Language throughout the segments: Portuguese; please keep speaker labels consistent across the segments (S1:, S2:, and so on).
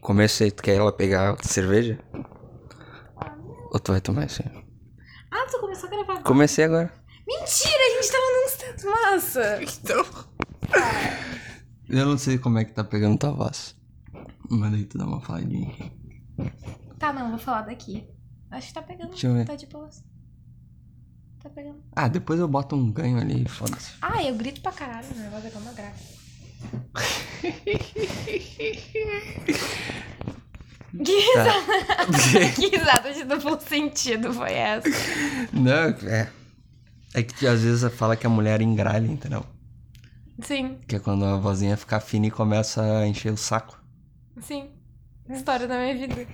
S1: começa e tu quer ela pegar cerveja? Ou tu vai tomar assim?
S2: Ah, tu começou a gravar.
S1: Comecei agora.
S2: Mentira, a gente tava num status massa.
S1: Então. Eu não sei como é que tá pegando tua voz. Mas daí tu dá uma faladinha.
S2: Tá, não, vou falar daqui. Acho que tá pegando.
S1: Deixa eu ver.
S2: Tá de boas. Tá pegando.
S1: Ah, depois eu boto um ganho ali, foda-se.
S2: Ah, eu grito pra caralho, né? Vai pegar uma graça. Que risada, que risada de duplo sentido foi essa?
S1: Não, é. É que às vezes fala que a mulher engralha, entendeu?
S2: Sim,
S1: Que é quando a vozinha fica fina e começa a encher o saco.
S2: sim. História da minha vida.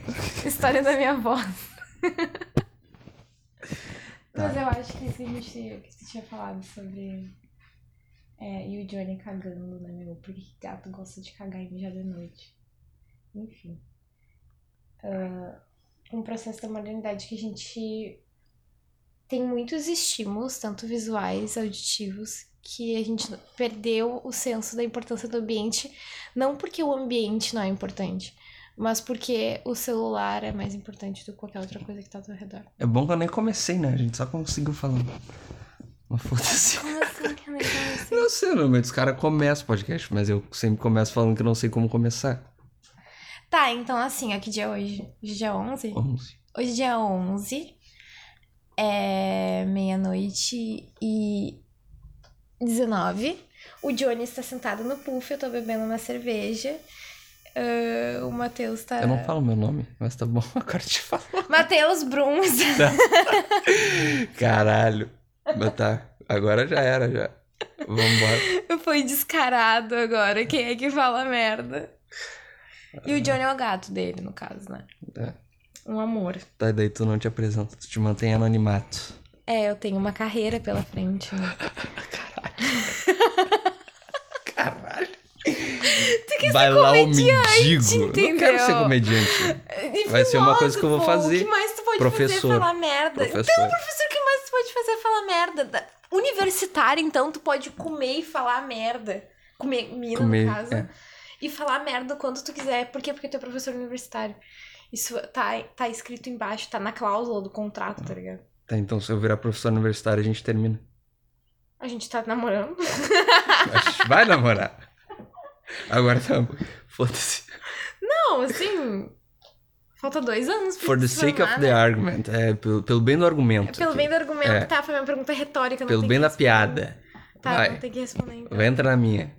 S2: História da minha voz. Mas eu acho que se a gente que você tinha falado sobre. É, e o Johnny cagando, né, meu? Porque que gato gosta de cagar e mijar de noite. Enfim. Ah, um processo da modernidade que a gente tem muitos estímulos, tanto visuais, auditivos, que a gente perdeu o senso da importância do ambiente não porque o ambiente não é importante, mas porque o celular é mais importante do que qualquer outra coisa que tá ao teu redor.
S1: É bom que eu nem comecei, né? A gente só conseguiu falando. Mas foda-se.
S2: Como assim que eu nem comecei?
S1: Não sei, normalmente os caras começam o podcast, mas eu sempre começo falando que eu não sei como começar.
S2: Tá, então assim, ó, que dia é hoje? Hoje é dia 11?
S1: 11.
S2: Hoje é dia 11, é meia-noite e 19. O Johnny está sentado no puff, eu tô bebendo uma cerveja. Ah, o Matheus tá...
S1: Eu não falo meu nome, mas tá bom, agora te falo.
S2: Matheus Brum está-
S1: Caralho. Mas tá, agora já era, já. Vambora.
S2: Foi descarado agora. Quem é que fala merda? E o Johnny é o gato dele, no caso, né?
S1: É.
S2: Um amor.
S1: Tá, daí tu não te apresenta, tu te mantém anonimato.
S2: É, eu tenho uma carreira pela frente. né?
S1: Caralho. Tu quer Vai ser lá o mendigo. Não quero
S2: entendeu?
S1: ser comediante.
S2: E
S1: Vai ser uma coisa que eu vou
S2: filósofo,
S1: fazer.
S2: O que mais tu pode fazer
S1: Professor.
S2: é falar merda?
S1: Professor.
S2: Professor, o que mais tu pode fazer é falar merda? Da- Universitário, então, tu pode comer e falar merda. Comer mina,
S1: Comer,
S2: no caso.
S1: é.
S2: E falar merda quando tu quiser. Por quê? Porque tu é professor universitário. Isso tá, tá escrito embaixo, tá na cláusula do contrato, tá ligado?
S1: Tá, então se eu virar professor universitário, a gente termina.
S2: A gente tá namorando.
S1: Mas Vai namorar. Agora tá. Foda-se.
S2: Não, assim. Falta dois anos pra
S1: For the
S2: se
S1: sake of
S2: formar,
S1: the
S2: né?
S1: argument. É, pelo, pelo bem do argumento.
S2: Pelo
S1: aqui.
S2: bem do argumento,
S1: É.
S2: tá? Foi uma pergunta retórica. não
S1: Pelo
S2: tem
S1: bem
S2: que
S1: da
S2: responder.
S1: piada.
S2: Tá,
S1: Vai.
S2: não tem que responder então.
S1: Vai entrar na minha.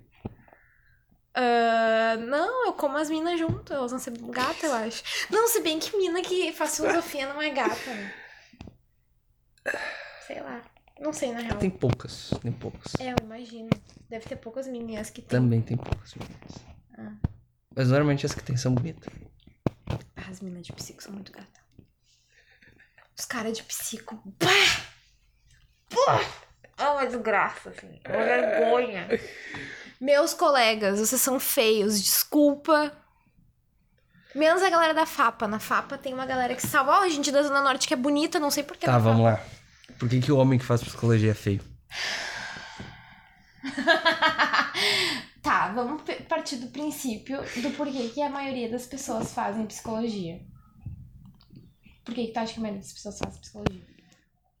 S2: Ah, não, eu como as minas junto, elas vão ser gata, eu acho. Não, se bem que mina que faz filosofia não é gata. né? Sei lá. Não sei, na real.
S1: Tem poucas. Tem poucas.
S2: É, eu imagino. Deve ter poucas meninas que tem.
S1: Também tem poucas meninas. Mas normalmente as que tem são bonitas.
S2: Ah, as minas de psico são muito gata. Os caras de psico. Pá! Pô! É uma desgraça, assim. É uma vergonha. Meus colegas, vocês são feios, desculpa. Menos a galera da FAPA. Na FAPA tem uma galera que salva. Ó, a gente da Zona Norte que é bonita, não sei porquê.
S1: Tá, vamos lá. Por que, que o homem que faz psicologia é feio?
S2: tá, vamos pe- partir do princípio do porquê que a maioria das pessoas fazem psicologia. Por que, que tu acha que a maioria das pessoas faz psicologia?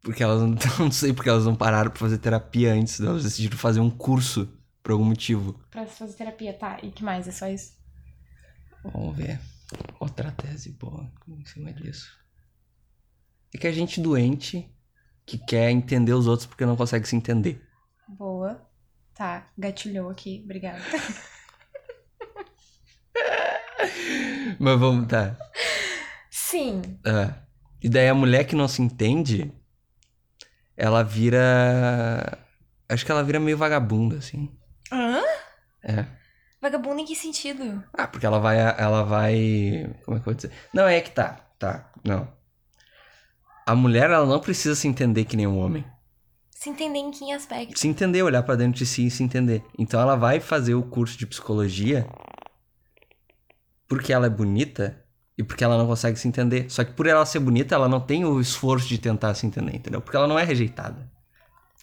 S1: Porque elas não, não sei porque elas não pararam pra fazer terapia antes. Elas decidiram fazer um curso por algum motivo.
S2: Pra se fazer terapia, tá? E que mais? É só isso?
S1: Vamos ver. Outra tese boa em cima disso. É que a gente doente que quer entender os outros porque não consegue se entender.
S2: Boa. Tá, gatilhou aqui, obrigada.
S1: Mas vamos, tá.
S2: Sim.
S1: Ah, E daí a mulher que não se entende, ela vira. Acho que ela vira meio vagabunda, assim.
S2: Hã?
S1: É.
S2: Vagabundo em que sentido?
S1: Ah, porque ela vai. Ela vai. Como é que eu vou dizer? Não, é que tá. Tá, não. A mulher, ela não precisa se entender que nem um homem.
S2: Se entender em que aspecto?
S1: Se entender, olhar pra dentro de si e se entender. Então ela vai fazer o curso de psicologia porque ela é bonita e porque ela não consegue se entender. Só que por ela ser bonita, ela não tem o esforço de tentar se entender, entendeu? Porque ela não é rejeitada.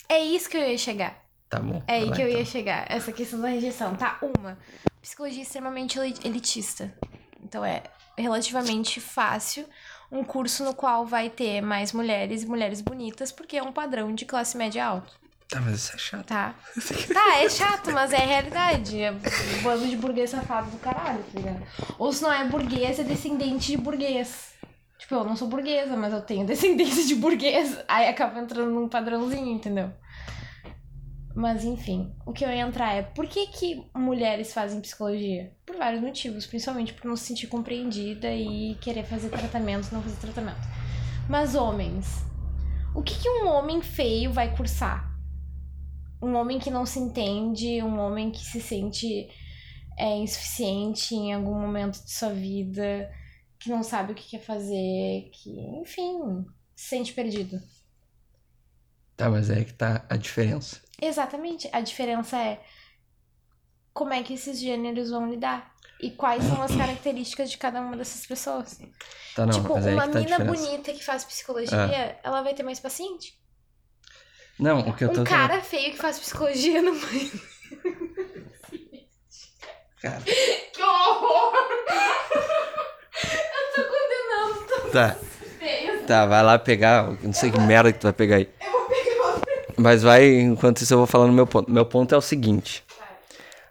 S2: É isso que eu ia chegar.
S1: Tá bom.
S2: É aí
S1: vai lá,
S2: que eu
S1: então.
S2: ia chegar. Essa questão da rejeição, tá? Uma. Psicologia extremamente eli- elitista. Então é relativamente fácil um curso no qual vai ter mais mulheres e mulheres bonitas, porque é um padrão de classe média alta,
S1: Tá, mas isso é chato.
S2: tá? Tá, é chato, mas é a realidade. É um bando de burguês safado do caralho, tá ligado? Ou se não é burguês, é descendente de burguês. Tipo, eu não sou burguesa, mas eu tenho descendência de burguês. Aí acaba entrando num padrãozinho, entendeu? Mas enfim, o que eu ia entrar é por que, que mulheres fazem psicologia? Por vários motivos, principalmente por não se sentir compreendida e querer fazer tratamento, não fazer tratamento. Mas homens, o que, que um homem feio vai cursar? Um homem que não se entende, um homem que se sente é, insuficiente em algum momento de sua vida, que não sabe o que quer fazer, que, enfim, se sente perdido.
S1: Tá, mas é que tá a diferença.
S2: Exatamente. A diferença é como é que esses gêneros vão lidar e quais são as características de cada uma dessas pessoas.
S1: Tá, não,
S2: tipo,
S1: mas é
S2: uma
S1: que tá a
S2: mina
S1: diferença.
S2: bonita que faz psicologia, ela vai ter mais paciente.
S1: Não, o que eu tô é
S2: Um cara feio que faz psicologia não vai.
S1: Cara.
S2: Que horror! Eu tô condenando todos
S1: Tá,
S2: os feios.
S1: tá, vai lá pegar. Não sei que merda que tu vai pegar aí.
S2: Eu vou pegar o
S1: Mas vai, enquanto isso eu vou falando meu ponto. Meu ponto é o seguinte.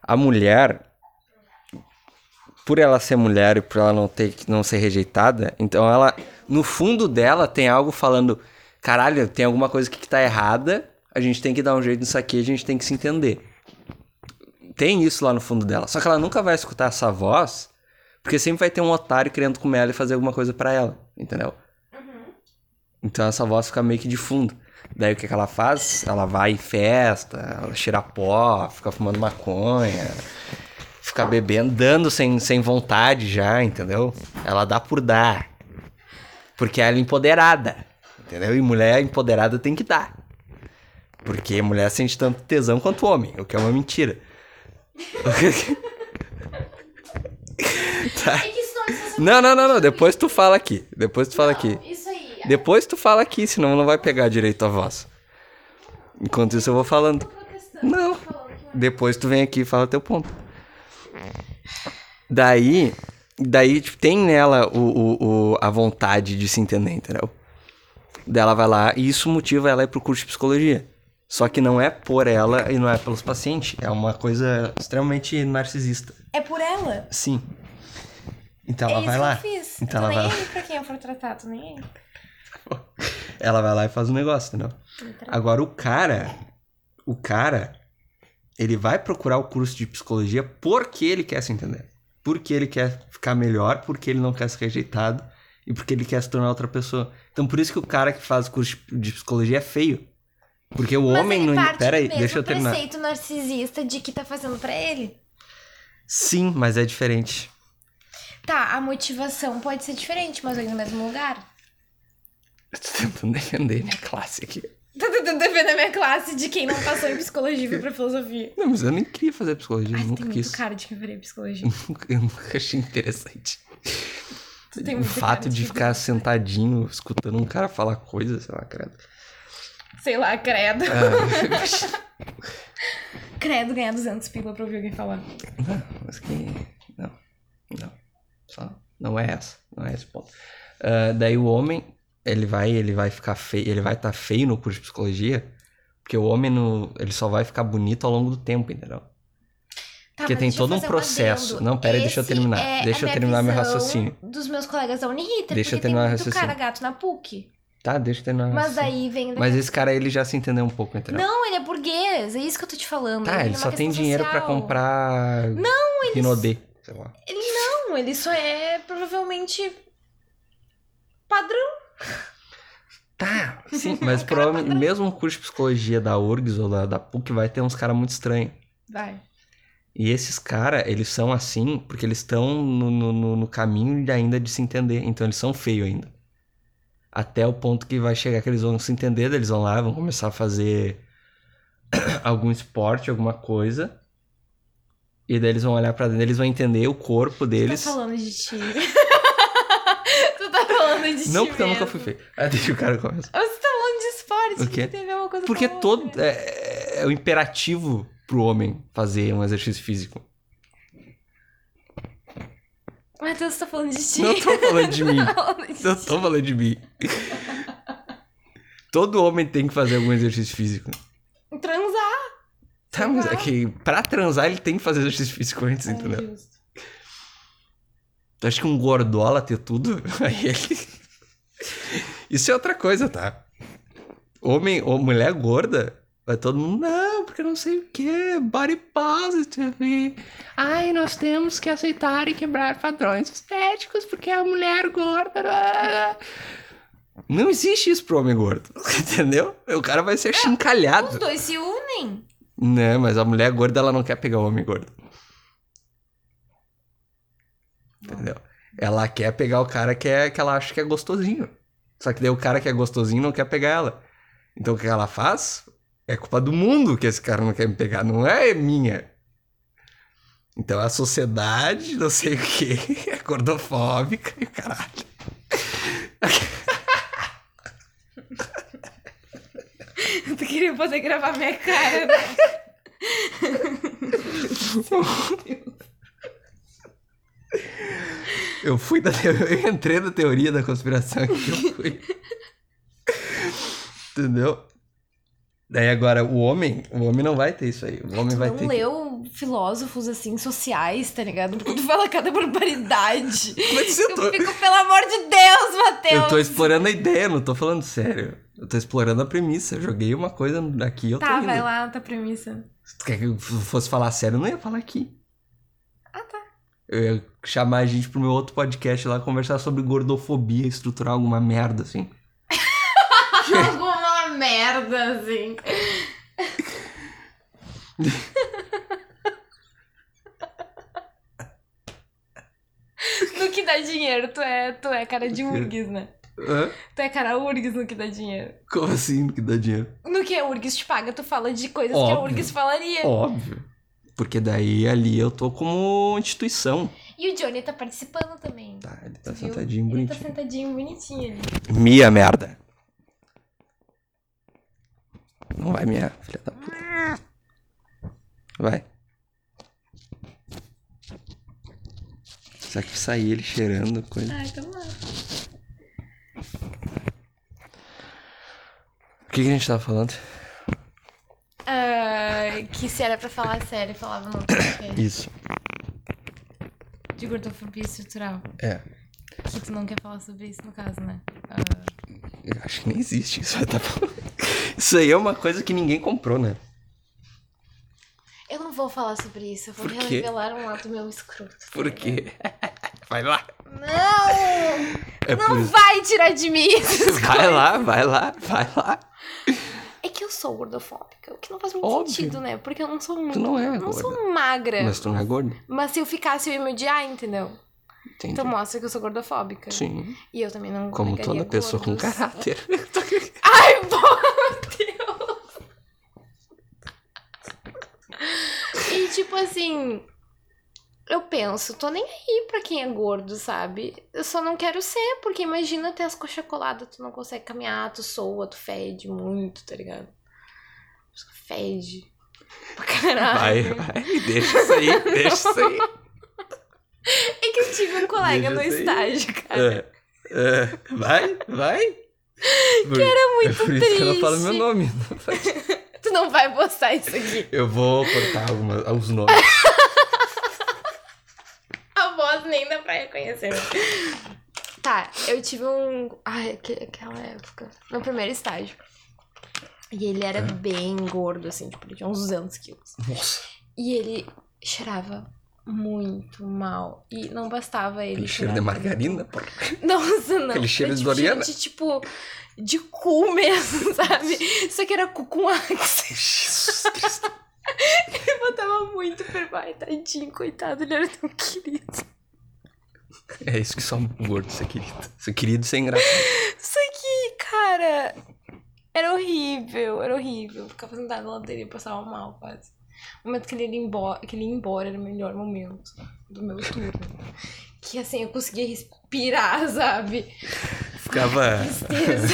S1: A mulher, por ela ser mulher e por ela não ter não ser rejeitada, então ela no fundo dela tem algo falando, caralho, tem alguma coisa que tá errada, a gente tem que dar um jeito nisso aqui, a gente tem que se entender. Tem isso lá no fundo dela. Só que ela nunca vai escutar essa voz, porque sempre vai ter um otário querendo comer ela e fazer alguma coisa pra ela, entendeu? Então essa voz fica meio que de fundo. Daí o que, que ela faz? Ela vai em festa, ela cheira pó, fica fumando maconha, fica bebendo, dando sem, sem vontade já, entendeu? Ela dá por dar. Porque ela é empoderada, entendeu? E mulher empoderada tem que dar. Porque mulher sente tanto tesão quanto homem, o que é uma mentira.
S2: É que isso não é sensacional.
S1: Não, não, não, não. Depois tu fala aqui. Depois tu fala aqui.
S2: Isso aí.
S1: Depois tu fala aqui, senão não vai pegar direito a voz. Enquanto isso eu vou falando.
S2: Eu tô protestando.
S1: Não.
S2: tô falando que não.
S1: Depois tu vem aqui e fala teu ponto. Daí, daí tipo, tem nela o, o, o- a vontade de se entender, entendeu? Daí ela vai lá e isso motiva ela a ir pro curso de psicologia. Só que não é por ela e não é pelos pacientes. É uma coisa extremamente narcisista.
S2: É por ela.
S1: Sim. Então
S2: é
S1: ela
S2: isso
S1: vai
S2: que
S1: lá.
S2: eu fiz.
S1: Então
S2: eu tô
S1: ela vai
S2: nem
S1: lá.
S2: aí pra quem eu for tratar, tô nem aí.
S1: Ela vai lá e faz o negócio, entendeu? Agora o cara, o cara, ele vai procurar o curso de psicologia porque ele quer se entender. Porque ele quer ficar melhor, porque ele não quer ser rejeitado e porque ele quer se tornar outra pessoa. Então por isso que o cara que faz o curso de psicologia é feio. Porque o homem
S2: Mas ele
S1: não.
S2: parte
S1: Pera aí,
S2: do mesmo
S1: deixa eu terminar.
S2: preceito narcisista de que tá fazendo pra ele.
S1: Sim, mas é diferente.
S2: Tá, a motivação pode ser diferente, mas vem do mesmo lugar.
S1: Eu tô tentando defender minha classe aqui.
S2: Tô tentando defender a minha classe de quem não passou em psicologia e foi pra filosofia.
S1: Não, mas eu nem queria fazer psicologia,
S2: Ai,
S1: eu
S2: tu tem
S1: nunca
S2: muito
S1: quis.
S2: cara de quem faria psicologia.
S1: Nunca- Eu nunca achei interessante.
S2: Tu tem
S1: o
S2: muito
S1: fato
S2: cara né?
S1: de ficar sentadinho, escutando um cara falar coisas, sei lá, credo.
S2: Sei lá, credo.
S1: Ah,
S2: Credo ganhar 200 pila pra ouvir alguém falar.
S1: não, mas que. Não, não. Só não é essa. Não é esse ponto. Ah, daí o homem, ele vai, ele vai ficar feio, ele vai estar feio no curso de psicologia, porque o homem no, ele só vai ficar bonito ao longo do tempo, entendeu?
S2: Tá,
S1: Porque
S2: mas
S1: tem
S2: deixa eu
S1: todo um
S2: fazer
S1: processo.
S2: adendo.
S1: Não, pera aí, deixa eu
S2: Esse
S1: terminar.
S2: é a
S1: Deixa eu
S2: minha
S1: terminar meu
S2: visão
S1: raciocínio.
S2: Dos meus colegas da Uniriter,
S1: Deixa eu
S2: porque tem
S1: terminar meu
S2: muito cara
S1: raciocínio.
S2: gato na PUC.
S1: Tá, deixa eu terminar. o
S2: Mas né?
S1: raciocínio.
S2: daí vem...
S1: Mas esse cara, ele já se entendeu um pouco, entendeu?
S2: Não, ele é burguês, é isso que eu tô te falando.
S1: Tá,
S2: é
S1: ele
S2: uma
S1: só tem
S2: questão
S1: dinheiro pra
S2: social.
S1: comprar. Não, ele. Rinodê, sei lá.
S2: Ele não, ele só é provavelmente padrão.
S1: Tá, sim, mas
S2: O cara
S1: provavelmente,
S2: padrão.
S1: mesmo o curso de psicologia da URGS ou da, da PUC vai ter uns caras muito estranhos.
S2: Vai.
S1: E esses caras, eles são assim porque eles estão no, no, no- no caminho de ainda de se entender. Então eles são feios ainda. Até o ponto que vai chegar que eles vão se entender, daí eles vão lá, vão começar a fazer algum esporte, alguma coisa. E daí eles vão olhar pra dentro, eles vão entender o corpo deles.
S2: Tu tá falando de ti. tu tá falando de ti.
S1: Não, porque eu nunca fui
S2: mesmo.
S1: feio. Aí deixa o cara começa.
S2: Você tá falando de esporte,
S1: O
S2: que
S1: quê?
S2: teve alguma coisa
S1: Porque
S2: com a
S1: todo
S2: outra.
S1: é, é o imperativo pro homem fazer um exercício físico.
S2: Matheus, você tá falando de ti.
S1: Não tô falando de mim.
S2: Falando de
S1: Não
S2: ti.
S1: Então, tô falando de mim. Todo homem tem que fazer algum exercício físico.
S2: Transar.
S1: Tá, mas é que pra transar ele tem que fazer exercício físico antes, entendeu?
S2: É justo.
S1: Tu acha que um gordola ter tudo? Aí ele. Isso é outra coisa, tá? Homem ou mulher gorda, vai todo mundo, não, porque não sei o que, body positive. Ai, nós temos que aceitar e quebrar padrões estéticos porque a mulher gorda. blá, blá, blá." Não existe isso pro homem gordo, entendeu? O cara vai ser
S2: Os
S1: chincalhado.
S2: dois se unem.
S1: Não, Né, mas a mulher gorda, ela não quer pegar o homem gordo. Entendeu? Ela quer pegar o cara que, é, que ela acha que é gostosinho. Só que daí o cara que é gostosinho não quer pegar ela. Então o que ela faz? É culpa do mundo que esse cara não quer me pegar, não é minha. Então é a sociedade, não sei o quê, é gordofóbica e o caralho.
S2: Tu queria poder gravar minha cara. né?
S1: Eu fui da te... eu entrei na teoria da conspiração que eu fui. Entendeu? Daí agora o homem, o homem não vai ter isso aí. O homem
S2: Tu
S1: vai
S2: não
S1: ter que-
S2: leu filósofos assim, sociais, tá ligado? Porque tu fala cada barbaridade.
S1: Mas eu
S2: Eu
S1: tô
S2: fico, pelo amor de Deus, Matheus!
S1: eu tô explorando a ideia, não tô falando sério. Eu tô explorando a premissa. Eu joguei uma coisa aqui, eu tô
S2: Tá,
S1: indo.
S2: vai lá na tua premissa.
S1: Se tu quer que eu f- fosse falar sério, eu não ia falar aqui.
S2: Ah, tá.
S1: Eu ia chamar a gente pro meu outro podcast lá conversar sobre gordofobia estrutural, alguma merda assim.
S2: Alguma merda, assim. no que dá dinheiro, tu é, tu é cara de URGS, né?
S1: Hã?
S2: Tu é cara URGS no que dá dinheiro.
S1: Como assim que dá dinheiro?
S2: No que a URGS te paga, tu fala de coisas que a
S1: Óbvio.
S2: URGS falaria.
S1: Óbvio. Porque daí ali eu tô como instituição.
S2: E o Johnny tá participando também.
S1: Tá, ele tá
S2: Tu viu?
S1: sentadinho
S2: Ele tá
S1: bonitinho.
S2: sentadinho bonitinho ali.
S1: Mia, merda. Não vai, Mia, filha da puta. Vai. Será que sair ele cheirando coisa?
S2: Ai, então lá.
S1: O que, que a gente tava falando?
S2: Ah, que se era pra falar sério, falava não. tá porque-
S1: Isso.
S2: De gordofobia estrutural.
S1: É.
S2: Que tu não quer falar sobre isso, no caso, né? Ah,
S1: Eu acho que nem existe isso, mas tá bom. Isso aí é uma coisa que ninguém comprou, né?
S2: eu não vou falar sobre isso, eu vou
S1: Por quê?
S2: revelar um lado meu escroto.
S1: Por quê? Vai lá.
S2: Não!
S1: É por
S2: não
S1: isso.
S2: vai tirar de mim isso!
S1: Vai lá, então. vai lá, vai lá.
S2: É que eu sou gordofóbica, o que não faz muito
S1: Óbvio.
S2: sentido, né? Porque eu não sou muito.
S1: não é
S2: eu não sou
S1: gorda.
S2: magra.
S1: Mas
S2: Mas...
S1: tu não é gordo?
S2: se eu ficasse, eu ia me odiar, entendeu?
S1: Entendi.
S2: Então mostra que eu sou gordofóbica.
S1: Sim.
S2: E eu também não
S1: Como
S2: pegaria
S1: toda pessoa com
S2: gordos.
S1: caráter.
S2: Ai, porra, meu Deus! E tipo assim, eu penso, tô nem aí pra quem é gordo, sabe? Eu só não quero ser, porque imagina ter as coxas coladas, tu não consegue caminhar, tu soa, tu fede muito, tá ligado? Tu Fede. Pra
S1: Vai,
S2: caralho.
S1: vai. Deixa isso aí, deixa isso aí.
S2: É que eu tive um colega
S1: Deixa
S2: no
S1: isso aí.
S2: estágio, cara.
S1: É, é, vai, vai. Que era muito é por isso que eu não falo meu
S2: triste.
S1: nome. né?
S2: Tu não vai postar isso aqui.
S1: Eu vou cortar alguma- alguns nomes.
S2: A voz nem dá pra reconhecer. tá, eu tive um. Ai, aque- aquela época. Meu primeiro estágio. E ele era bem gordo, assim, tipo, ele tinha uns 200 quilos.
S1: Nossa,
S2: E ele cheirava muito mal. E não bastava ele.
S1: aquele cheiro de
S2: cheirar
S1: margarina, porra.
S2: nossa, não.
S1: Aquele cheiro
S2: Era
S1: de
S2: tipo
S1: Doriana.
S2: De, tipo, de cu mesmo, sabe? Só que era cu com axe.
S1: Jesus Cristo.
S2: Eu botava muito perba. Ai, tadinho, coitado, ele era tão querido.
S1: É isso que só um gordo, ser querido. Ser querido sem graça.
S2: Só que, cara, era horrível, era horrível. Ficava sentada na loteria, passava mal quase. O momento que ele ia embora, que ele ia embora era o melhor momento do meu turno. Que assim, eu conseguia respirar, sabe?
S1: Ficava.
S2: Tristeza.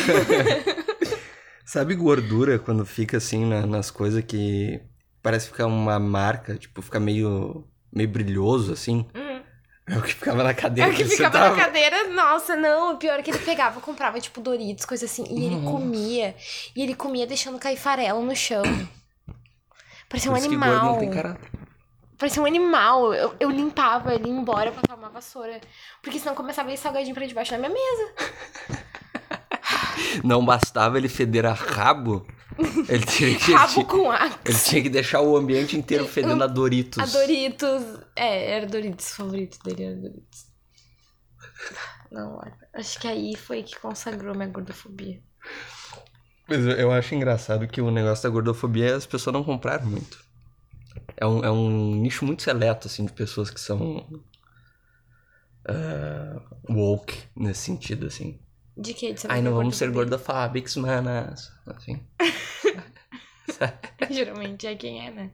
S1: Sabe gordura quando fica assim na- nas coisas que parece ficar uma marca, tipo, fica meio, meio brilhoso assim?
S2: Hum.
S1: É o que ficava na
S2: É
S1: cadeira.
S2: o que
S1: você
S2: ficava
S1: tava.
S2: na cadeira, nossa, não. O pior é que ele pegava, comprava, tipo, Doritos, coisa assim, e ele
S1: Nossa.
S2: comia. E ele comia deixando cair farelo no chão. Parecia um
S1: Por isso que gordo
S2: animal.
S1: não tem caráter.
S2: Parecia um animal. Eu, eu limpava ele ia embora, eu passava uma vassoura. Porque senão começava a ir salgadinho pra debaixo da minha mesa.
S1: Não bastava ele feder a rabo, ele tinha que,
S2: Rabo com a,
S1: ele tinha que deixar o ambiente inteiro fedendo a Doritos.
S2: a Doritos. É, era Doritos, o favorito dele era Doritos. Não, olha, acho que aí foi que consagrou minha gordofobia.
S1: Mas eu- eu acho engraçado que o negócio da gordofobia é as pessoas não compraram muito. É um, é um nicho muito seleto, assim, de pessoas que são. ah, woke, nesse sentido, assim.
S2: De que? De saber
S1: Ai,
S2: que
S1: não
S2: é
S1: vamos ser
S2: gordofobia?
S1: gordofóbicos, manas. Assim.
S2: Geralmente é quem é, né?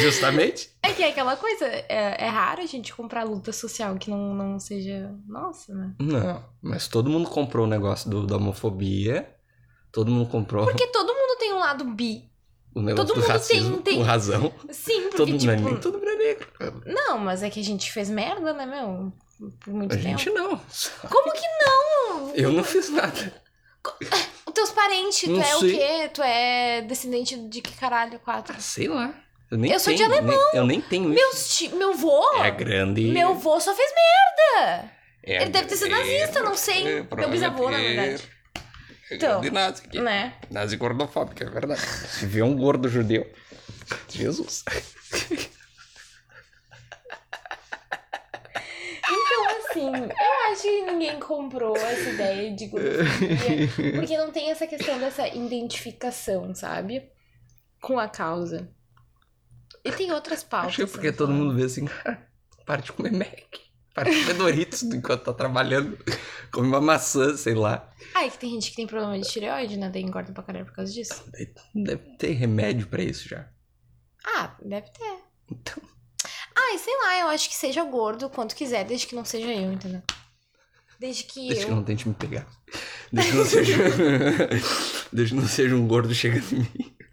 S1: Justamente.
S2: É que é aquela coisa, é, é raro a gente comprar luta social que não, não seja nossa, né?
S1: Não, mas todo mundo comprou o negócio do, da homofobia. Todo mundo comprou
S2: Porque todo mundo tem um lado bi.
S1: o negócio
S2: todo
S1: do
S2: mundo tem-
S1: racismo,
S2: tem-
S1: com razão.
S2: Sim, porque
S1: Todo mundo
S2: tipo.
S1: não é nem todo mundo é negro.
S2: Não, mas é que a gente fez merda, né, meu? Por muito
S1: A
S2: tempo.
S1: gente não.
S2: Como que não?
S1: Eu não fiz nada.
S2: Os teus parentes,
S1: Não
S2: tu
S1: sei.
S2: é o quê? Tu é descendente de que caralho? Quatro.
S1: Ah, sei lá. Eu nem
S2: Eu sou de
S1: tenho, nem- eu nem tenho isso.
S2: Meus ti... Meu vô?
S1: É grande.
S2: Meu vô só fez merda!
S1: É
S2: Ele deve ter sido
S1: grande.
S2: nazista, não sei.
S1: É,
S2: Meu bisavô, na
S1: provavelmente é.
S2: verdade.
S1: É
S2: Então.
S1: grande nazi aqui.
S2: Né?
S1: Nazi gordofóbica, é verdade. Se vê um gordo judeu. Jesus.
S2: Então, assim, eu acho que ninguém comprou essa ideia de gordofobia, porque não tem essa questão dessa identificação, sabe? Com a causa. E tem outras pautas.
S1: Achei é porque
S2: né,
S1: todo
S2: fora.
S1: mundo vê assim, cara, para de comer Mac. Para de comer Doritos enquanto tá trabalhando. Come uma maçã, sei lá.
S2: Ah, é que tem gente que tem problema de tireoide, né? Daí engorda pra caralho por causa disso.
S1: Daí Deve ter remédio pra isso já.
S2: Ah, deve ter.
S1: Então,
S2: Ah, e sei lá, eu acho que seja gordo quanto quiser, desde que não seja eu, entendeu? Desde que
S1: deixa que
S2: eu.
S1: não tente me pegar. Deixa que não seja. deixa que não seja um gordo chegando em mim.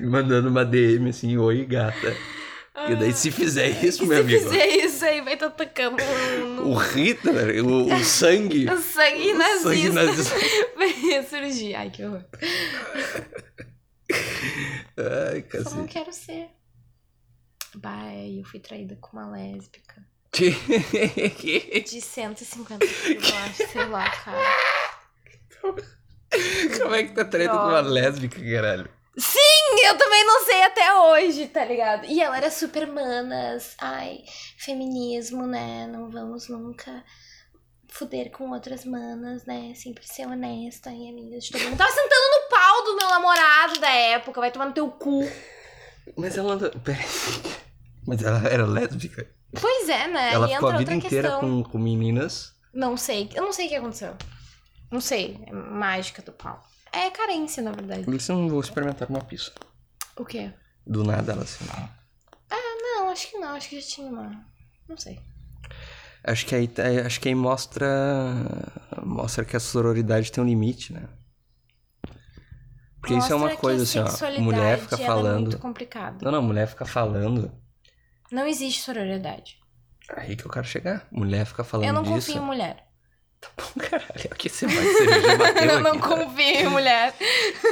S1: Me mandando uma DM assim, oi gata. E daí, se fizer isso,
S2: Ah, se
S1: meu amigo,
S2: fizer isso aí, vai estar tocando no,
S1: o Hitler, o, o sangue.
S2: no Hum, sangue
S1: o sangue
S2: nazista.
S1: nazista.
S2: Vai ressurgir. Ai, que horror.
S1: Ai,
S2: Só não
S1: cacete.
S2: quero ser. Bah, é, eu fui traída com uma lésbica. De 150 quilos, eu acho, sei lá, cara.
S1: Como é que tá treta com uma lésbica, caralho?
S2: Eu também não sei até hoje, tá ligado? E ela era super manas. Ai, feminismo, né? Não vamos nunca fuder com outras manas, né? Sempre ser honesta e amiga de todo mundo. Tava sentando no pau do meu namorado da época, vai tomar no teu cu.
S1: Mas ela andou. Peraí. Mas ela era lésbica?
S2: Pois é, né?
S1: ela
S2: e
S1: ficou
S2: entra
S1: a vida
S2: outra
S1: inteira
S2: questão.
S1: com, com meninas.
S2: Não sei. Eu não sei o que aconteceu. Não sei. É mágica do pau. É carência, na verdade.
S1: Por isso eu não vou experimentar uma pizza.
S2: O quê?
S1: Do nada ela assim.
S2: Não, acho que não. Acho que já tinha uma. Não sei.
S1: Acho que aí, tá- acho que aí mostra. Mostra que a sororidade tem um limite, né? Porque isso é
S2: Mostra
S1: uma
S2: que
S1: coisa
S2: a
S1: assim, ó.
S2: sexualidade,
S1: Mulher fica
S2: ela É
S1: falando.
S2: muito complicado.
S1: Não, não, mulher fica falando. É
S2: Não existe sororidade.
S1: Aí que eu quero chegar. Mulher fica falando
S2: Eu não
S1: disso.
S2: confio em mulher.
S1: Caralho, aqui você vai cerveja bateu
S2: Eu não
S1: aqui, tá?
S2: confio em mulher.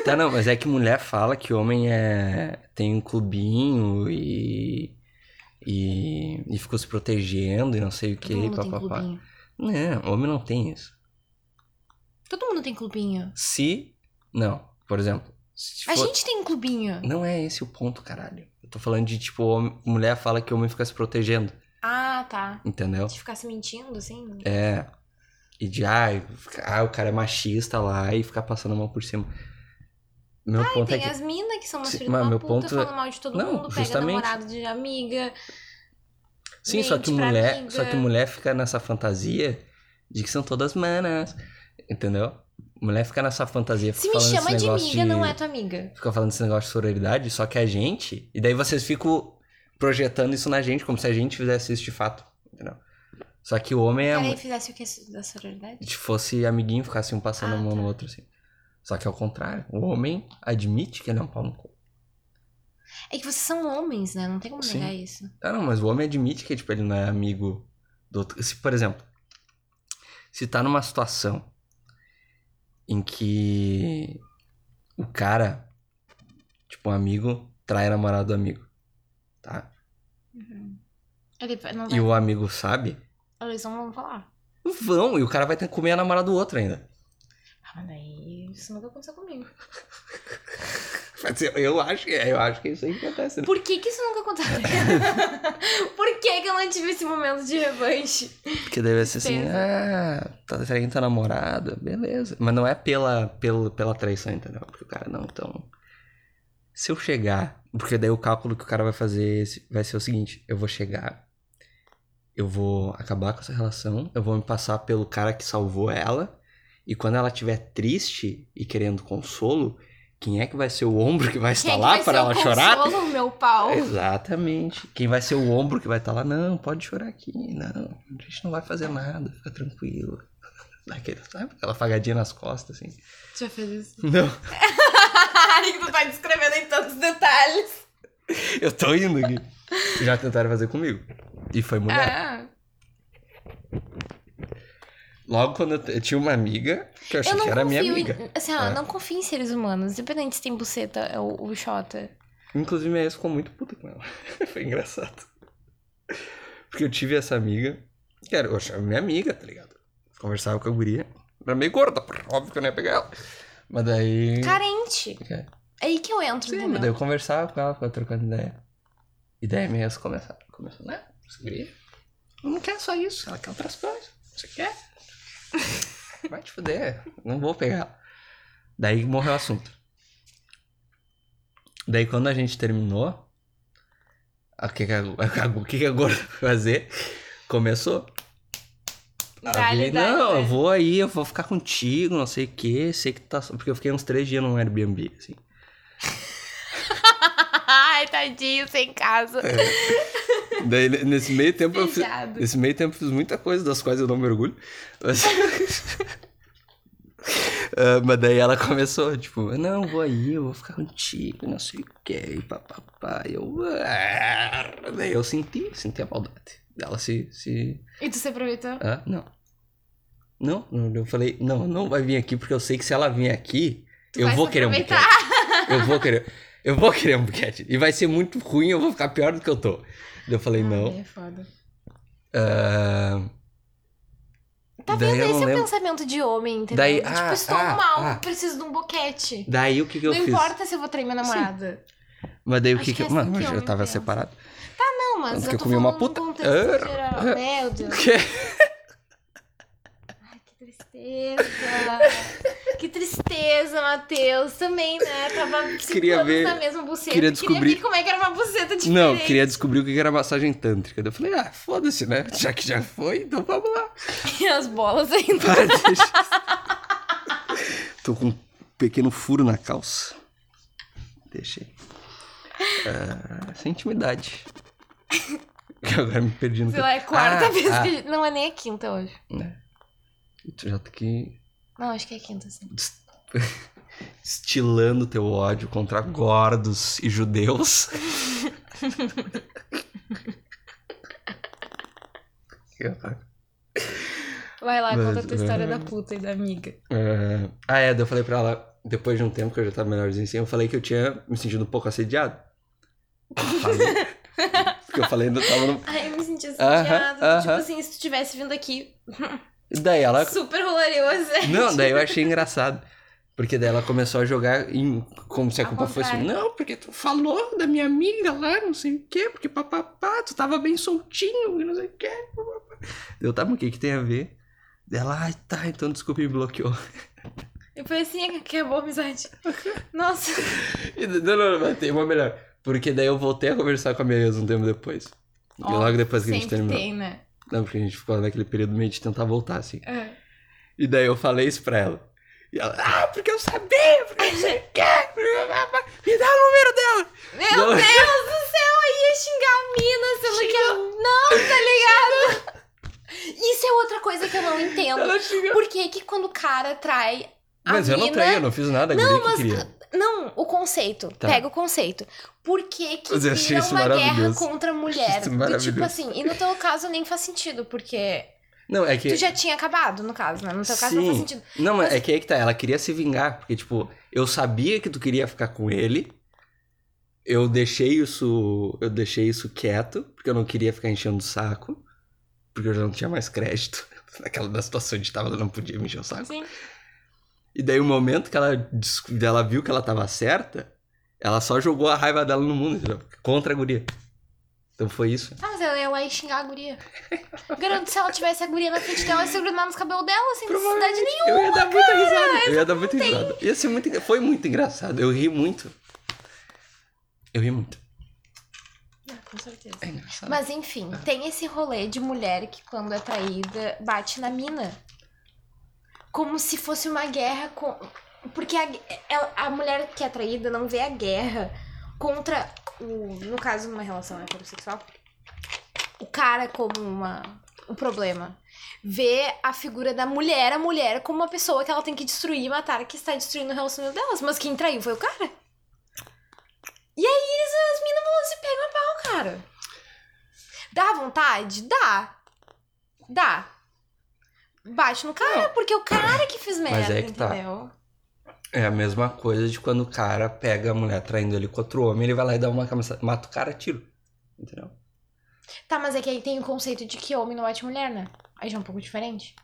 S1: Tá, não, mas é que mulher fala que homem é. tem um clubinho e. e, e ficou se protegendo e não sei o que,
S2: Todo mundo tem
S1: papapá.
S2: clubinho.
S1: Não, Né, homem não tem isso.
S2: Todo mundo tem clubinho.
S1: Se. Não, por exemplo. Se
S2: A
S1: for-
S2: gente tem um clubinho.
S1: Não é esse o ponto, caralho. Eu tô falando de, tipo, homem- mulher fala que homem fica se protegendo,
S2: Ah, tá.
S1: entendeu?
S2: Se ficasse mentindo, assim.
S1: É. E de, ai, fica- ah, o cara é machista lá e ficar passando a mão por cima. Meu ponto é
S2: Tem
S1: que.
S2: as minas que são umas
S1: Sim,
S2: filhas de
S1: mas
S2: uma
S1: meu
S2: puta,
S1: ponto é-
S2: falam mal de todo
S1: Não,
S2: mundo, pega
S1: justamente.
S2: namorado de amiga.
S1: Sim, só
S2: Mente
S1: que
S2: pra né?
S1: mulher,
S2: amiga.
S1: só que mulher fica nessa fantasia de que são todas manas, entendeu? Mulher fica nessa fantasia, fica
S2: Se me
S1: falando
S2: chama
S1: esse
S2: de
S1: negócio
S2: amiga, não é tua amiga.
S1: fica falando esse negócio de sororidade, só que é a gente, e daí vocês ficam projetando isso na gente como se a gente fizesse isso de fato, entendeu? Só que o homem é
S2: Cara,
S1: mu-
S2: aí fizesse o que da sororidade?
S1: se fosse amiguinho, ficasse um passando
S2: Ah,
S1: a mão no
S2: tá.
S1: outro assim. Só que é o contrário, o homem admite que ele é um pau no cu.
S2: É que vocês são homens, né? Não tem como
S1: Sim.
S2: negar isso.
S1: Ah, não, mas o homem admite que, tipo, ele não é amigo do outro. Se, por exemplo, se tá numa situação em que o cara, tipo, um amigo trai a namorada do amigo, tá?
S2: Ele não vai-
S1: E o amigo sabe,
S2: Eles não vão falar.
S1: vão, e o cara vai ter que comer a namorada do outro ainda.
S2: Ah, mas daí isso nunca aconteceu comigo.
S1: Mas eu- Eu acho que é, eu acho que isso aí que acontece. né?
S2: Por que que isso nunca aconteceu? Por que que eu não tive esse momento de revanche?
S1: Porque deve ser assim,
S2: Certeza.
S1: ah, tá traindo tua namorada, beleza. Mas não é pela, pelo, pela traição, entendeu? Porque o cara, não, então. Se eu chegar. Porque daí o cálculo que o cara vai fazer se- vai ser o seguinte: eu vou chegar, eu vou acabar com essa relação, eu vou me passar pelo cara que salvou ela, e quando ela estiver triste e querendo consolo, quem é que vai ser o ombro que vai estar
S2: Quem é que
S1: tá lá
S2: vai
S1: para
S2: ser o
S1: ela chorar? É.
S2: consolo, meu pau.
S1: Exatamente. Quem vai ser o ombro que vai estar lá? Não, pode chorar aqui. Não, a gente não vai fazer nada, fica tranquilo. Daquele, sabe? Aquela fagadinha nas costas, assim.
S2: Já fez isso.
S1: Não,
S2: que tu tá descrevendo em tantos detalhes.
S1: eu tô indo aqui. É. Já tentaram fazer comigo. E foi mulher.
S2: Ah,
S1: Logo quando eu, t- eu tinha uma amiga, que eu achei
S2: eu não
S1: que era minha
S2: confio
S1: amiga.
S2: em... Assim, ó,
S1: É.
S2: não confio em seres humanos. Independente se tem buceta ou, ou xota.
S1: Inclusive, minha ex ficou muito puta com ela. Foi engraçado. Porque eu tive essa amiga, que era, eu achava minha amiga, tá ligado? Conversava com a guria. Era meio gorda, porra, óbvio que eu não ia pegar ela. Mas daí.
S2: Carente.
S1: É.
S2: É aí que eu entro,
S1: Sim, Ah, mas daí
S2: entendeu?
S1: eu conversava com ela, ficava trocando ideia. é E daí minha ex começava, começou, né? Essa guria não quer só isso, ela quer outras coisas. Você quer? Vai te fuder, não vou pegar ela. Daí morreu o assunto. Daí quando a gente terminou, a- o que que a, a- o que que a gorda foi fazer? Começou. Ela
S2: Dá-lhe,
S1: veio,
S2: dá-lhe,
S1: não, eu
S2: dá-lhe."
S1: vou aí, eu vou ficar contigo, não sei o que, sei que tá. Porque eu fiquei uns três dias num Airbnb, assim.
S2: Ai, tadinho, sem casa.
S1: Daí, ne- nesse meio tempo, É, eu fiz,
S2: Fechado.
S1: nesse meio tempo eu fiz muita coisa das quais eu não me orgulho. Mas, Ah, mas daí ela começou, tipo, não, vou aí, eu vou ficar contigo, não sei o que, papapá. E Eu, "Ah", daí eu senti, senti a maldade. Ela se, se,
S2: E tu se aproveitou?
S1: ah, não. Não, não, eu falei, não, não vai vir aqui, porque eu sei que se ela vir aqui,
S2: Tu
S1: eu
S2: vai
S1: vou
S2: se
S1: querer um
S2: aproveitar.
S1: buquete. Eu vou querer. Eu vou querer um buquete. E vai ser muito ruim, eu vou ficar pior do que eu tô. Eu falei, não.
S2: Ai, é foda.
S1: ah,
S2: Tá
S1: daí
S2: vendo?
S1: eu não
S2: Esse é o
S1: lembro.
S2: pensamento de homem, entendeu?
S1: Daí-
S2: tipo,
S1: ah,
S2: estou
S1: ah,
S2: mal,
S1: ah.
S2: preciso de um boquete.
S1: Daí o que, que eu
S2: não
S1: fiz?
S2: importa se eu vou trair minha namorada.
S1: Mas daí o
S2: Acho
S1: que,
S2: que
S1: que, eu.
S2: é assim
S1: Mano,
S2: que
S1: eu
S2: homem
S1: tava
S2: pensa.
S1: separado.
S2: Não, mas
S1: Tanto
S2: eu
S1: que eu
S2: tô
S1: comi uma
S2: falando
S1: puta.
S2: num contexto
S1: Ah,
S2: geral.
S1: ah.
S2: Meu Deus. Ai, que tristeza. que tristeza, Matheus. Também, né? Tava cinco
S1: Queria
S2: anos
S1: ver-
S2: na mesma buceta.
S1: queria descobrir-
S2: ver como é que era uma buceta diferente.
S1: Não, queria descobrir o que que era massagem tântrica. Daí eu falei, ah, foda-se, né? Já que já foi, então vamos lá.
S2: E as bolas ainda.
S1: Para, deixa. Tô com um pequeno furo na calça. Deixei. Ah, sem intimidade. Que Agora me perdi no
S2: Sei lá, é a quarta
S1: Ah,
S2: vez
S1: ah.
S2: que... a gente- Não, é nem a quinta hoje.
S1: que- Tu já tá aqui
S2: Não, acho que é a quinta, sim.
S1: estilando teu ódio contra gordos e judeus. É.
S2: Vai lá,
S1: Mas,
S2: conta a tua história
S1: é.
S2: da puta e da amiga.
S1: É, Ah, é, daí eu falei pra ela, depois de um tempo que eu já tava melhorzinho assim, eu falei que eu tinha me sentido um pouco assediado. Falei. Porque eu falei, eu tava no...
S2: Ai, eu me senti
S1: Aham,
S2: assediada. Tipo
S1: aham.
S2: assim, se tu tivesse vindo aqui,
S1: Daí ela.
S2: super rolaria você.
S1: Não, daí eu achei engraçado. Porque daí ela começou a jogar em- como se a
S2: Ao
S1: culpa fosse.
S2: contrário.
S1: Não, porque tu falou da minha amiga lá, não sei o quê, porque papapá, tu tava bem soltinho, e não sei o quê. papapá." Eu tava, o que que tem a ver? Daí Ela, ai tá, então desculpa, me bloqueou.
S2: Eu falei assim, acabou a amizade. Nossa.
S1: E da- Não, não, mas tem uma melhor. Porque daí eu voltei a conversar com a minha ex um tempo depois. E
S2: Ó,
S1: logo depois que a gente
S2: Sempre
S1: terminou.
S2: tem, né?
S1: Não, porque a gente ficou naquele período meio de tentar voltar, assim.
S2: É.
S1: E daí eu falei isso pra ela. E ela, ah, porque eu sabia, porque não sei o quê. porque blá, blá, blá." Me dá o número dela.
S2: Meu
S1: Não.
S2: Deus do céu, eu ia xingar a mina, sendo que eu... Não, tá ligado? Isso é outra coisa que eu não entendo.
S1: Ela chegou.
S2: Por que que quando o cara trai Então, a
S1: Mas eu
S2: mina...
S1: não traí, eu não fiz nada, a guria que queria.
S2: Não, o conceito.
S1: Tá.
S2: Pega o conceito. por que que
S1: Mas eu achei
S2: vira
S1: isso
S2: uma guerra
S1: maravilhoso.
S2: contra a mulher?
S1: Isso
S2: E, tipo
S1: maravilhoso.
S2: assim, e no teu caso nem faz sentido, porque
S1: Não, é que.
S2: tu já tinha acabado, no caso, né? No teu caso não faz
S1: Sim.
S2: sentido.
S1: Não, mas é que aí que tá. Ela queria se vingar, porque, tipo, eu sabia que tu queria ficar com ele. Eu deixei isso. Eu deixei isso quieto, porque eu não queria ficar enchendo o saco. Porque eu já não tinha mais crédito. Naquela da situação de tava, ela não podia me encher o saco.
S2: Sim.
S1: E daí o momento que ela, desco- ela viu que ela tava certa, ela só jogou a raiva dela no mundo, entendeu? Contra a guria. Então foi isso.
S2: Ah, mas ela ia lá e xingar a guria. Garanto, se ela tivesse a guria na frente dela, ia se grudar nos cabelos dela, sem necessidade nenhuma.
S1: Eu ia dar muita risada. Eu ia dar muita risada. Ia ser muito, engra- foi muito engraçado. Eu ri muito. Eu ri muito.
S2: Ah, com certeza.
S1: É engraçado.
S2: Mas enfim, tem esse rolê de mulher que quando é traída bate na mina. Como se fosse uma guerra com. Porque a, ela- a mulher que é traída não vê a guerra contra o. No caso, numa relação heterossexual, o cara como uma, um problema. Vê a figura da mulher, a mulher, como uma pessoa que ela tem que destruir e matar, que está destruindo o relacionamento delas. Mas quem traiu foi o cara. E aí eles, as minas vão se pegam a pau, cara. Dá vontade? Dá. Dá. Bate no cara, porque é o cara que fez merda,
S1: Mas é que tá.
S2: entendeu?
S1: É a mesma coisa de quando o cara pega a mulher traindo ele com outro homem, ele vai lá e dá uma camisa. Mata o cara, tiro. Entendeu?
S2: Tá, mas é que aí tem o conceito de que homem não bate mulher, né? Aí já é um pouco diferente.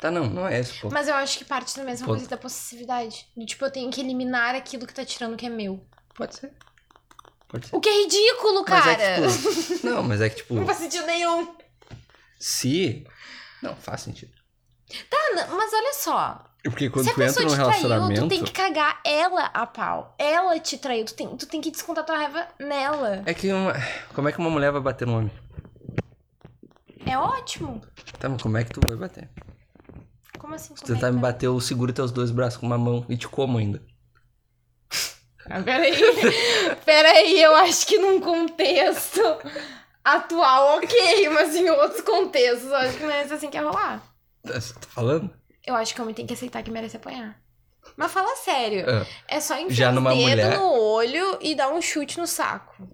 S1: Tá, não, não é esse o ponto.
S2: Mas eu acho que parte da mesma
S1: Pô.
S2: coisa da possessividade. Do tipo, eu tenho que eliminar aquilo que tá tirando que é meu.
S1: Pode ser. Pode ser.
S2: O que é ridículo, cara!
S1: Mas é que, tipo, não, mas é que, tipo,
S2: Não faz sentido nenhum.
S1: se. Não, faz sentido.
S2: Ah, não, mas olha só.
S1: É Porque quando
S2: se a
S1: tu entra
S2: pessoa
S1: num
S2: te traiu,
S1: relacionamento.
S2: tu tem que cagar ela a pau. Ela te traiu, tu tem, tu tem que descontar tua raiva nela.
S1: É que uma... como é que uma mulher vai bater no homem?
S2: É ótimo.
S1: Tá, mas como é que tu vai bater?
S2: Como assim?
S1: Se
S2: como é
S1: tentar
S2: que
S1: me
S2: tá?
S1: bater, eu seguro teus dois braços com uma mão e te como ainda.
S2: Ah, peraí. peraí, eu acho que num contexto atual, ok, mas em outros contextos, eu acho que não é isso assim que ia rolar.
S1: Tá, Você tá falando?
S2: Eu acho que o homem tem que aceitar que merece apanhar. Mas fala sério,
S1: Ah,
S2: é só enfiar
S1: Já
S2: o
S1: numa
S2: dedo
S1: mulher-
S2: no olho e dar um chute no saco.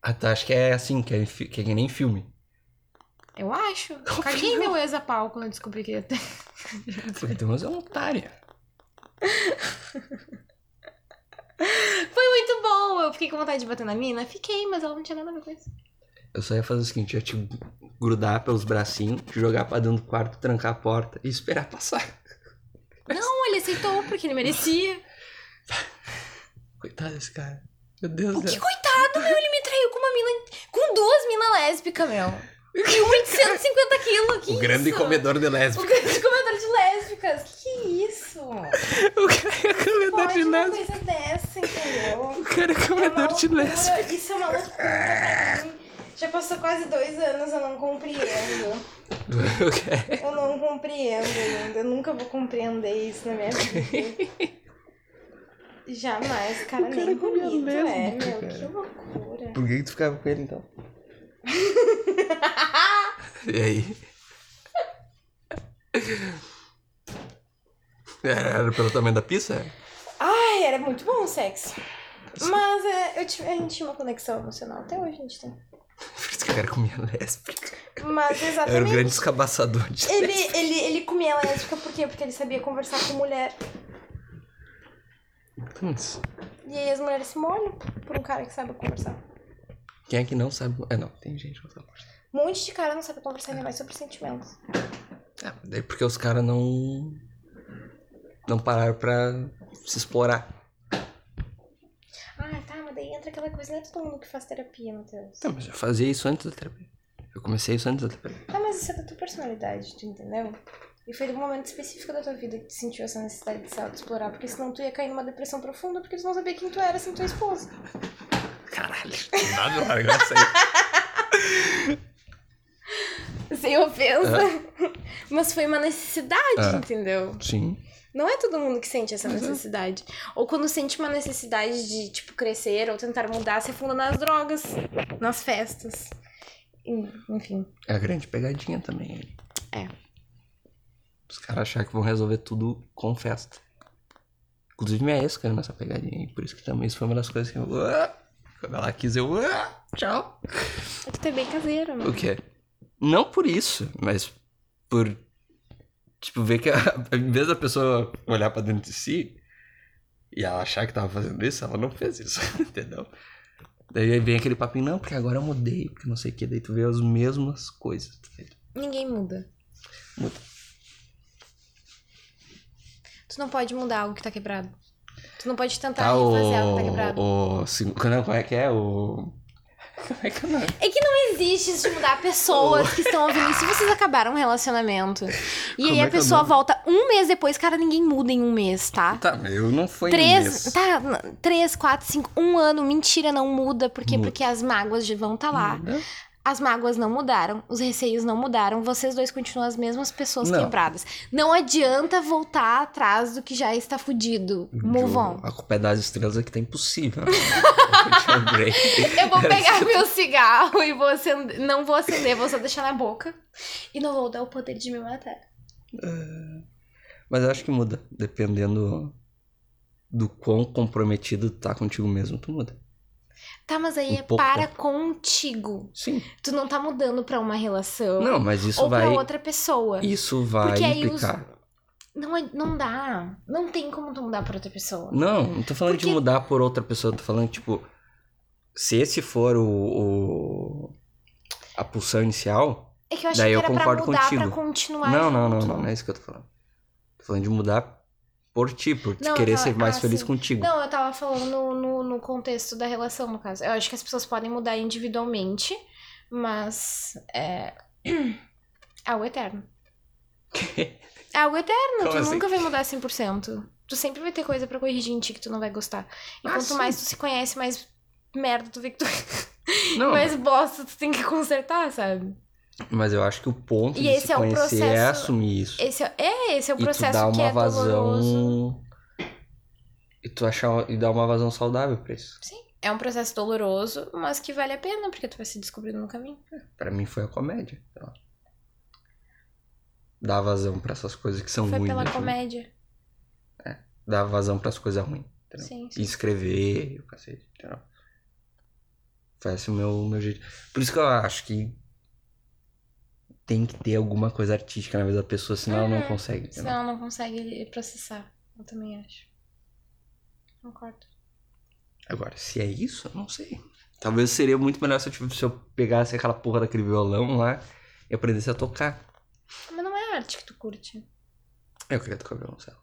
S1: Ah, tá, acho que é assim, que é, em fi- que é que nem filme.
S2: Eu acho. Eu caguei meu ex a pau quando eu descobri que ia ter.
S1: Porque mas é uma otária.
S2: Foi muito bom, eu fiquei com vontade de bater na mina. Fiquei, mas ela não tinha nada a ver com isso.
S1: Eu só ia fazer o seguinte, eu ia te grudar pelos bracinhos, te jogar pra dentro do quarto, trancar a porta e esperar passar.
S2: Não, ele aceitou porque ele merecia.
S1: Coitado desse cara. Meu Deus
S2: Pô,
S1: do
S2: que
S1: céu.
S2: coitado, meu, ele me traiu com uma mina. Com duas minas lésbicas, meu. E uma de 150 quilos. Que
S1: O grande
S2: isso?
S1: comedor de
S2: O
S1: lésbica.
S2: grande comedor de lésbicas. Que, que isso?
S1: O cara é comedor
S2: Pode
S1: de
S2: uma
S1: lésbica.
S2: coisa dessa, entendeu?
S1: O cara é
S2: É uma
S1: comedor de
S2: loucura,
S1: lésbica.
S2: Isso é uma loucura pra mim. Já passou quase dois anos, eu não compreendo.
S1: O é? cara-
S3: Eu não compreendo ainda. Eu nunca vou compreender isso na minha vida. Jamais, cara,
S1: O cara
S3: nem
S1: é comia
S3: bonito é,
S1: lésbica,
S3: meu.
S1: cara.
S3: Que loucura.
S1: Por que, que tu ficava com ele então? e aí? Era era pelo tamanho da pizza?
S3: Ai, era muito bom o sexo. Mas é, eu tive- a gente tinha uma conexão emocional. Até hoje a gente tem.
S1: Por isso que o cara comia lésbica.
S3: Mas
S1: Era o
S3: exatamente.
S1: grande escabaçador de
S3: Ele,
S1: lésbica.
S3: ele, ele comia lésbica por quê? Porque ele sabia conversar com mulher.
S1: Putz,
S3: E aí as mulheres se molham por um cara que sabe conversar.
S1: Quem é que não sabe? É, não, tem gente que não sabe.
S3: Um monte de cara não sabe conversar ainda mais sobre sentimentos.
S1: É, mas daí porque os caras não. Não pararam pra se explorar.
S3: Ah, tá, mas daí entra aquela coisa, não é todo mundo que faz terapia, Matheus.
S1: Não, Então, mas eu fazia isso antes da terapia. Eu comecei isso antes da terapia.
S3: Ah, mas isso é da tua personalidade, tu entendeu? E foi de um momento específico da tua vida que tu sentiu essa necessidade de se auto-explorar, porque senão tu ia cair numa depressão profunda, porque tu não sabia quem tu era sem tua esposa.
S1: Caralho, nada largar isso aí.
S3: Sem ofensa. Mas foi uma necessidade,
S1: É.
S3: entendeu?
S1: Sim.
S3: Não é todo mundo que sente essa necessidade. Ou quando sente uma necessidade de, tipo, crescer ou tentar mudar, se afunda nas drogas, nas festas. E- Enfim.
S1: É a grande pegadinha também. ele.
S2: É.
S1: Os caras achar que vão resolver tudo com festa. Inclusive minha ex caiu nessa pegadinha aí, por isso que também isso foi uma das coisas que eu... Ah! Quando ela quis, eu. "Ah, Tchau.
S2: Tu tá bem caseiro, mano.
S1: O quê? Não por isso, mas por. Tipo, ver que a, em vez da pessoa olhar pra dentro de si e ela achar que tava fazendo isso, ela não fez isso, entendeu? Daí vem aquele papinho, não, porque agora eu mudei, porque não sei o que, daí tu vê as mesmas coisas. tá ligado?
S2: Ninguém muda.
S1: Muda.
S2: Tu não pode mudar algo que tá quebrado. Tu não pode tentar
S1: Tá, o.
S2: fazer algo que tá quebrado.
S1: o cin- não, como é que é? O. Como é que é o nome?
S2: É que não existe isso de mudar pessoas que estão ouvindo. isso. Se vocês acabaram um relacionamento e
S1: Como
S2: aí
S1: é
S2: a
S1: que é o
S2: pessoa
S1: nome?
S2: volta um mês depois, cara, ninguém muda em um mês, tá?
S1: Tá, mas eu não fui
S2: Três,
S1: nisso.
S2: tá, n- três, quatro, cinco, um ano, mentira, não muda. Por quê?
S1: Muda.
S2: Porque as mágoas de- vão estar lá.
S1: Não,
S2: As mágoas não mudaram, os receios não mudaram, vocês dois continuam as mesmas pessoas
S1: Não.
S2: quebradas. Não adianta voltar atrás do que já está fudido. Move on.
S1: A culpa é das estrelas é que tá impossível. né? Eu te lembrei.
S2: Eu vou pegar meu cigarro e vou acender. Não vou acender, vou só deixar na boca. E não vou dar o poder de me matar.
S1: Mas eu acho que muda, dependendo do quão comprometido tu tá contigo mesmo, tu muda.
S2: Tá, mas aí
S1: Um
S2: é
S1: pouco.
S2: para contigo.
S1: Sim.
S2: Tu não tá mudando pra uma relação
S1: Não, mas isso
S2: ou
S1: vai.
S2: pra outra pessoa.
S1: Isso vai
S2: Porque aí os-
S1: implicar.
S2: Não, é- não dá. Não tem como tu mudar pra outra pessoa.
S1: Não, não tô falando de
S2: Porque-
S1: mudar por outra pessoa, tô falando, tipo, se esse for o. o- a pulsão inicial.
S2: É que eu achei
S1: Daí
S2: que
S1: eu
S2: era pra
S1: concordo
S2: mudar
S1: contigo.
S2: pra continuar.
S1: Não, não, não,
S2: junto.
S1: não, não é isso que eu tô falando. Tô falando de mudar por ti, por tu
S2: Não,
S1: querer
S2: tá,
S1: ser mais
S2: ah,
S1: feliz
S2: sim.
S1: contigo.
S2: Não, eu tava falando no, no, no contexto da relação, no caso. Eu acho que as pessoas podem mudar individualmente, mas é. Algo eterno. É Algo eterno,
S1: Como
S2: tu
S1: assim?
S2: nunca vai mudar 100%. Tu sempre vai ter coisa pra corrigir em ti que tu não vai gostar. E
S1: Ah,
S2: quanto
S1: sim.
S2: mais tu se conhece, mais merda tu vê que tu.
S1: Não,
S2: mais bosta tu tem que consertar, sabe?
S1: Mas eu acho que o ponto
S2: E
S1: de
S2: esse
S1: se
S2: é o
S1: conhecer é
S2: processo-
S1: assumir isso.
S2: Esse é, é, esse é
S1: e
S2: o
S1: tu
S2: processo
S1: dar uma
S2: que é
S1: vazão.
S2: doloroso.
S1: E tu achar e dar uma vazão saudável pra isso.
S2: É um processo doloroso, mas que vale a pena, porque tu vai se descobrindo no caminho.
S1: Pra mim foi a comédia. sei lá. Dar vazão pra essas coisas que são
S2: Foi
S1: ruins.
S2: pela
S1: né?
S2: comédia.
S1: Dar vazão pras coisas ruins. entendeu?
S2: Sim, sim.
S1: E escrever, o cacete. Entendeu? Foi esse o meu, meu jeito. Por isso que eu acho que tem que ter alguma coisa artística na vida da pessoa, senão ela não
S2: Uhum.
S1: consegue.
S2: Senão
S1: entendeu?
S2: ela não consegue processar. Eu também acho. Concordo.
S1: Agora, se é isso, eu não sei. Talvez seria muito melhor se eu, tivesse- se eu pegasse aquela porra daquele violão lá e aprendesse a tocar.
S2: Mas não é arte que tu curte.
S1: Eu queria tocar violoncelo.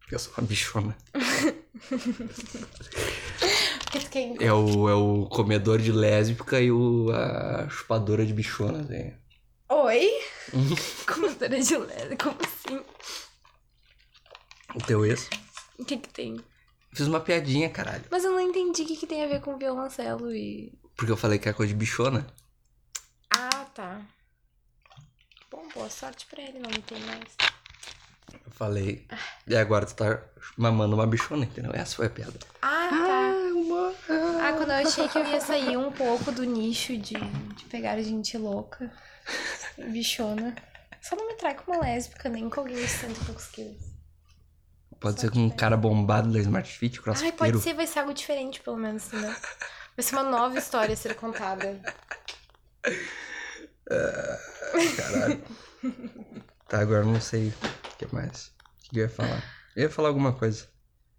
S1: Porque eu sou uma bichona.
S2: Porque tu quer...
S1: É o, é o comedor de lésbica e o, a chupadora de bichona. Né?
S2: Oi? Comedora de leve, como assim?
S1: O teu ex.
S2: O que que tem?
S1: Fiz uma piadinha, caralho.
S2: Mas eu não entendi o que que tem a ver com violoncelo e...
S1: Porque eu falei que é coisa de bichona.
S2: Ah, tá. Bom, boa sorte pra ele, não tem mais.
S1: Eu falei. E agora tu tá mamando uma bichona, entendeu? Essa foi a piada.
S2: Ah, tá.
S1: uma.
S2: Ah, quando eu achei que eu ia sair um pouco do nicho de, de pegar gente louca, bichona. Só não me trai como lésbica, nem com alguém de cento e poucos quilos.
S1: Pode ser com um cara bombado da Smart Fit,
S2: Ai, pode
S1: crossfiteiro.
S2: ser, vai ser algo diferente, pelo menos, né? Vai ser uma nova história a ser contada.
S1: Caralho. tá, agora eu não sei o que mais. O que eu ia falar? Eu ia falar alguma coisa.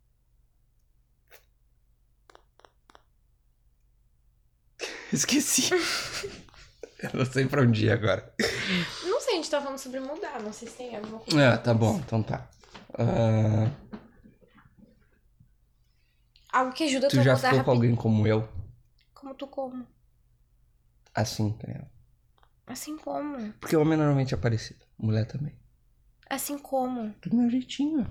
S1: Esqueci. eu não sei pra onde ir agora.
S2: Não sei, a gente tá falando sobre mudar, não sei se tem alguma coisa.
S1: Ah, tá bom, então tá. Ah,
S2: Algo que ajuda tu
S1: tu
S2: a
S1: já
S2: mudar
S1: ficou com
S2: rapidinho.
S1: alguém como eu?
S2: Como tu como?
S1: Assim, tá ligado?
S2: Assim como?
S1: Porque homem normalmente é parecido. Mulher também.
S2: Assim como?
S1: Do meu jeitinho.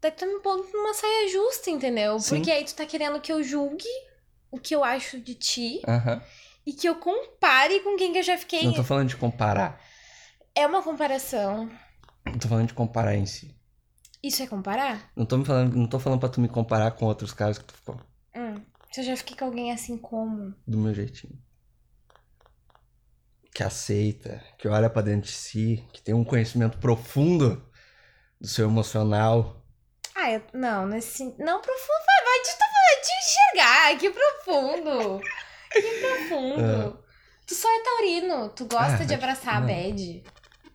S2: Daí tu tá me pondo numa saia justa, entendeu?
S1: Sim.
S2: Porque aí tu tá querendo que eu julgue o que eu acho de ti.
S1: Aham.
S2: e que eu compare com quem que eu já fiquei.
S1: Não tô falando de comparar.
S2: É uma comparação.
S1: Não tô falando de comparar em si.
S2: Isso é comparar?
S1: Não tô, me falando, não tô falando pra tu me comparar com outros caras que tu ficou.
S2: Hum. Se eu já fiquei com alguém assim como.
S1: Do meu jeitinho. que aceita, que olha pra dentro de si, que tem um conhecimento profundo do seu emocional.
S2: Ah, eu, não, nesse. Não profundo, vai, vai de, vai de enxergar, que profundo! Que profundo! Tu só é taurino, tu gosta
S1: Ah,
S2: de
S1: mas-
S2: abraçar a
S1: não.
S2: bad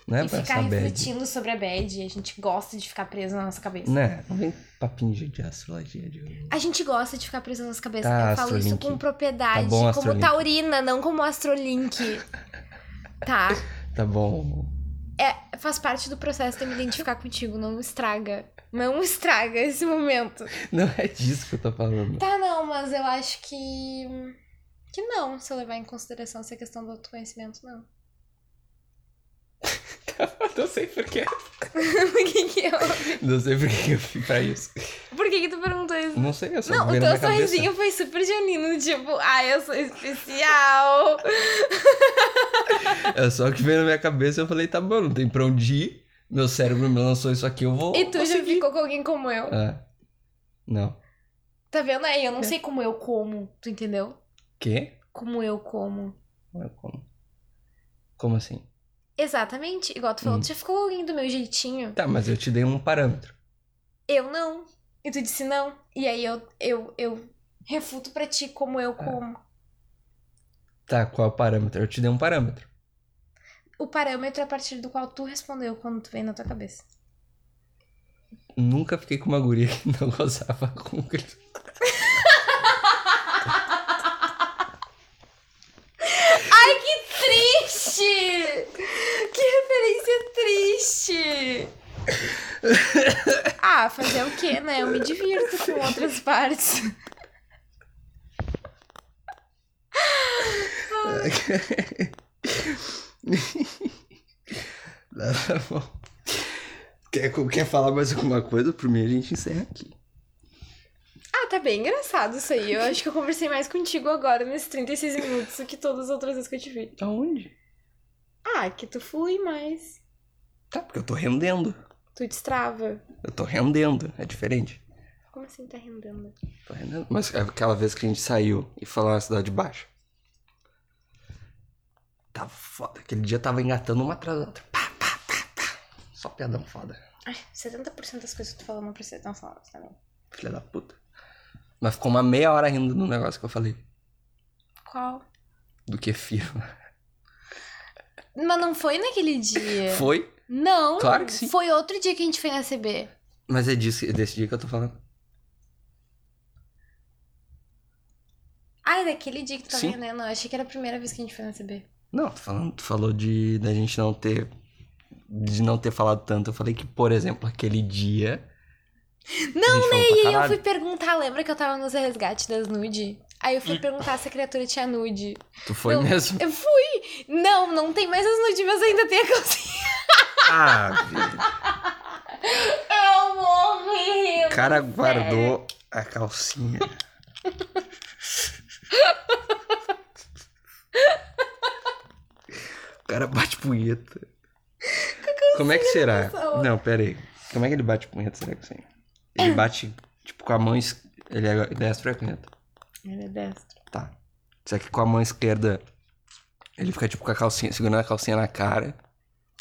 S1: Não é
S2: e
S1: pra
S2: ficar
S1: saber.
S2: refletindo sobre a bad. A gente gosta de ficar preso na nossa cabeça.
S1: Né? Não vem papinho de- de astrologia de hoje.
S2: A gente gosta de ficar preso na nossa cabeça.
S1: Tá,
S2: eu falo isso
S1: Astrolink.
S2: com propriedade,
S1: Tá bom,
S2: como
S1: Astrolink.
S2: taurina, não como astrolink. tá.
S1: Tá bom.
S2: É, faz parte do processo de me identificar contigo, não estraga. Não estraga esse momento.
S1: Não é disso que eu tô falando.
S2: Tá, não, mas eu acho que. Que não, se eu levar em consideração essa questão do autoconhecimento, não.
S1: não sei porquê.
S2: Por que que eu-
S1: Não sei porquê que eu fui pra isso.
S2: Por que que tu perguntou isso?
S1: Não sei, eu só
S2: Não, então é
S1: veio
S2: o
S1: na
S2: teu
S1: minha cabeça.
S2: sorrisinho foi super genuíno, tipo, ah, eu sou especial.
S1: É só que veio na minha cabeça eu falei, tá bom, não tem pra onde ir. Meu cérebro me lançou isso aqui, eu vou.
S2: E tu
S1: vou
S2: já
S1: seguir.
S2: ficou com alguém como eu.
S1: Ah. Não.
S2: Tá vendo aí? Eu
S1: É.
S2: não sei como eu como, tu entendeu?
S1: Quê?
S2: Como eu como.
S1: Não é Como? Como assim?
S2: Exatamente, igual tu falou,
S1: Hum.
S2: tu já ficou com alguém do meu jeitinho.
S1: Tá, mas eu te dei um parâmetro.
S2: Eu não. E tu disse não. E aí eu, eu, eu refuto pra ti como
S1: É.
S2: eu como.
S1: Tá, qual é o parâmetro? Eu te dei um parâmetro.
S2: O parâmetro a partir do qual tu respondeu quando tu veio na tua cabeça.
S1: Nunca fiquei com uma guria que não gozava com grilo.
S2: Ai, que triste! Que referência triste! Ah, fazer o quê, né? Eu me divirto com outras partes.
S1: Tá bom. Quer, quer falar mais alguma coisa? Por mim a gente encerra aqui.
S2: Ah, tá bem engraçado isso aí. Eu acho que eu conversei mais contigo agora nesses 36 minutos do que todas as outras vezes que eu te vi.
S1: Aonde?
S2: Ah, que tu flui mais.
S1: Tá, porque eu tô rendendo.
S2: Tu destrava.
S1: Eu tô rendendo. É diferente.
S2: Como assim tá rendendo?
S1: Tô rendendo. Mas é aquela vez que a gente saiu e falou na cidade baixa. Tava foda. Aquele dia tava engatando uma atrás da outra. Pá, pá, pá, pá. Só piadão foda.
S2: Ai, 70% das coisas que tu falou não precisa estar faladas também.
S1: Filha da puta. Mas ficou uma meia hora rindo do negócio que eu falei.
S2: Qual?
S1: Do kefir.
S2: Mas não foi naquele dia.
S1: Foi?
S2: Não.
S1: Claro que sim.
S2: Foi outro dia que a gente foi na CB.
S1: Mas é disso, desse dia que eu tô falando.
S2: Ai, daquele dia que tu tava
S1: Sim.
S2: rendendo. Eu achei que era a primeira vez que a gente foi na CB.
S1: Não, tô falando, tu falou de da gente não ter de não ter falado tanto. Eu falei que, por exemplo, aquele dia
S2: Não,
S1: né?
S2: E aí eu fui perguntar, lembra que eu tava nos resgate das nude? Aí eu
S1: Hum.
S2: fui perguntar se a criatura tinha nude.
S1: Tu foi
S2: Não.
S1: mesmo?
S2: Eu fui! Não, não tem mais as nudes, mas ainda tem a calcinha.
S1: Ah, velho.
S2: Eu morri!
S1: O cara guardou a calcinha. O cara bate punheta. Como é que será?
S2: pessoa.
S1: Não, pera aí. Como é que ele bate punheta, será que sim? Ele bate, tipo, com a mão... es- Ele é destro ou é canheta?
S2: Ele é destro.
S1: Tá. Só que com a mão esquerda, ele fica tipo com a calcinha, segurando a calcinha na cara.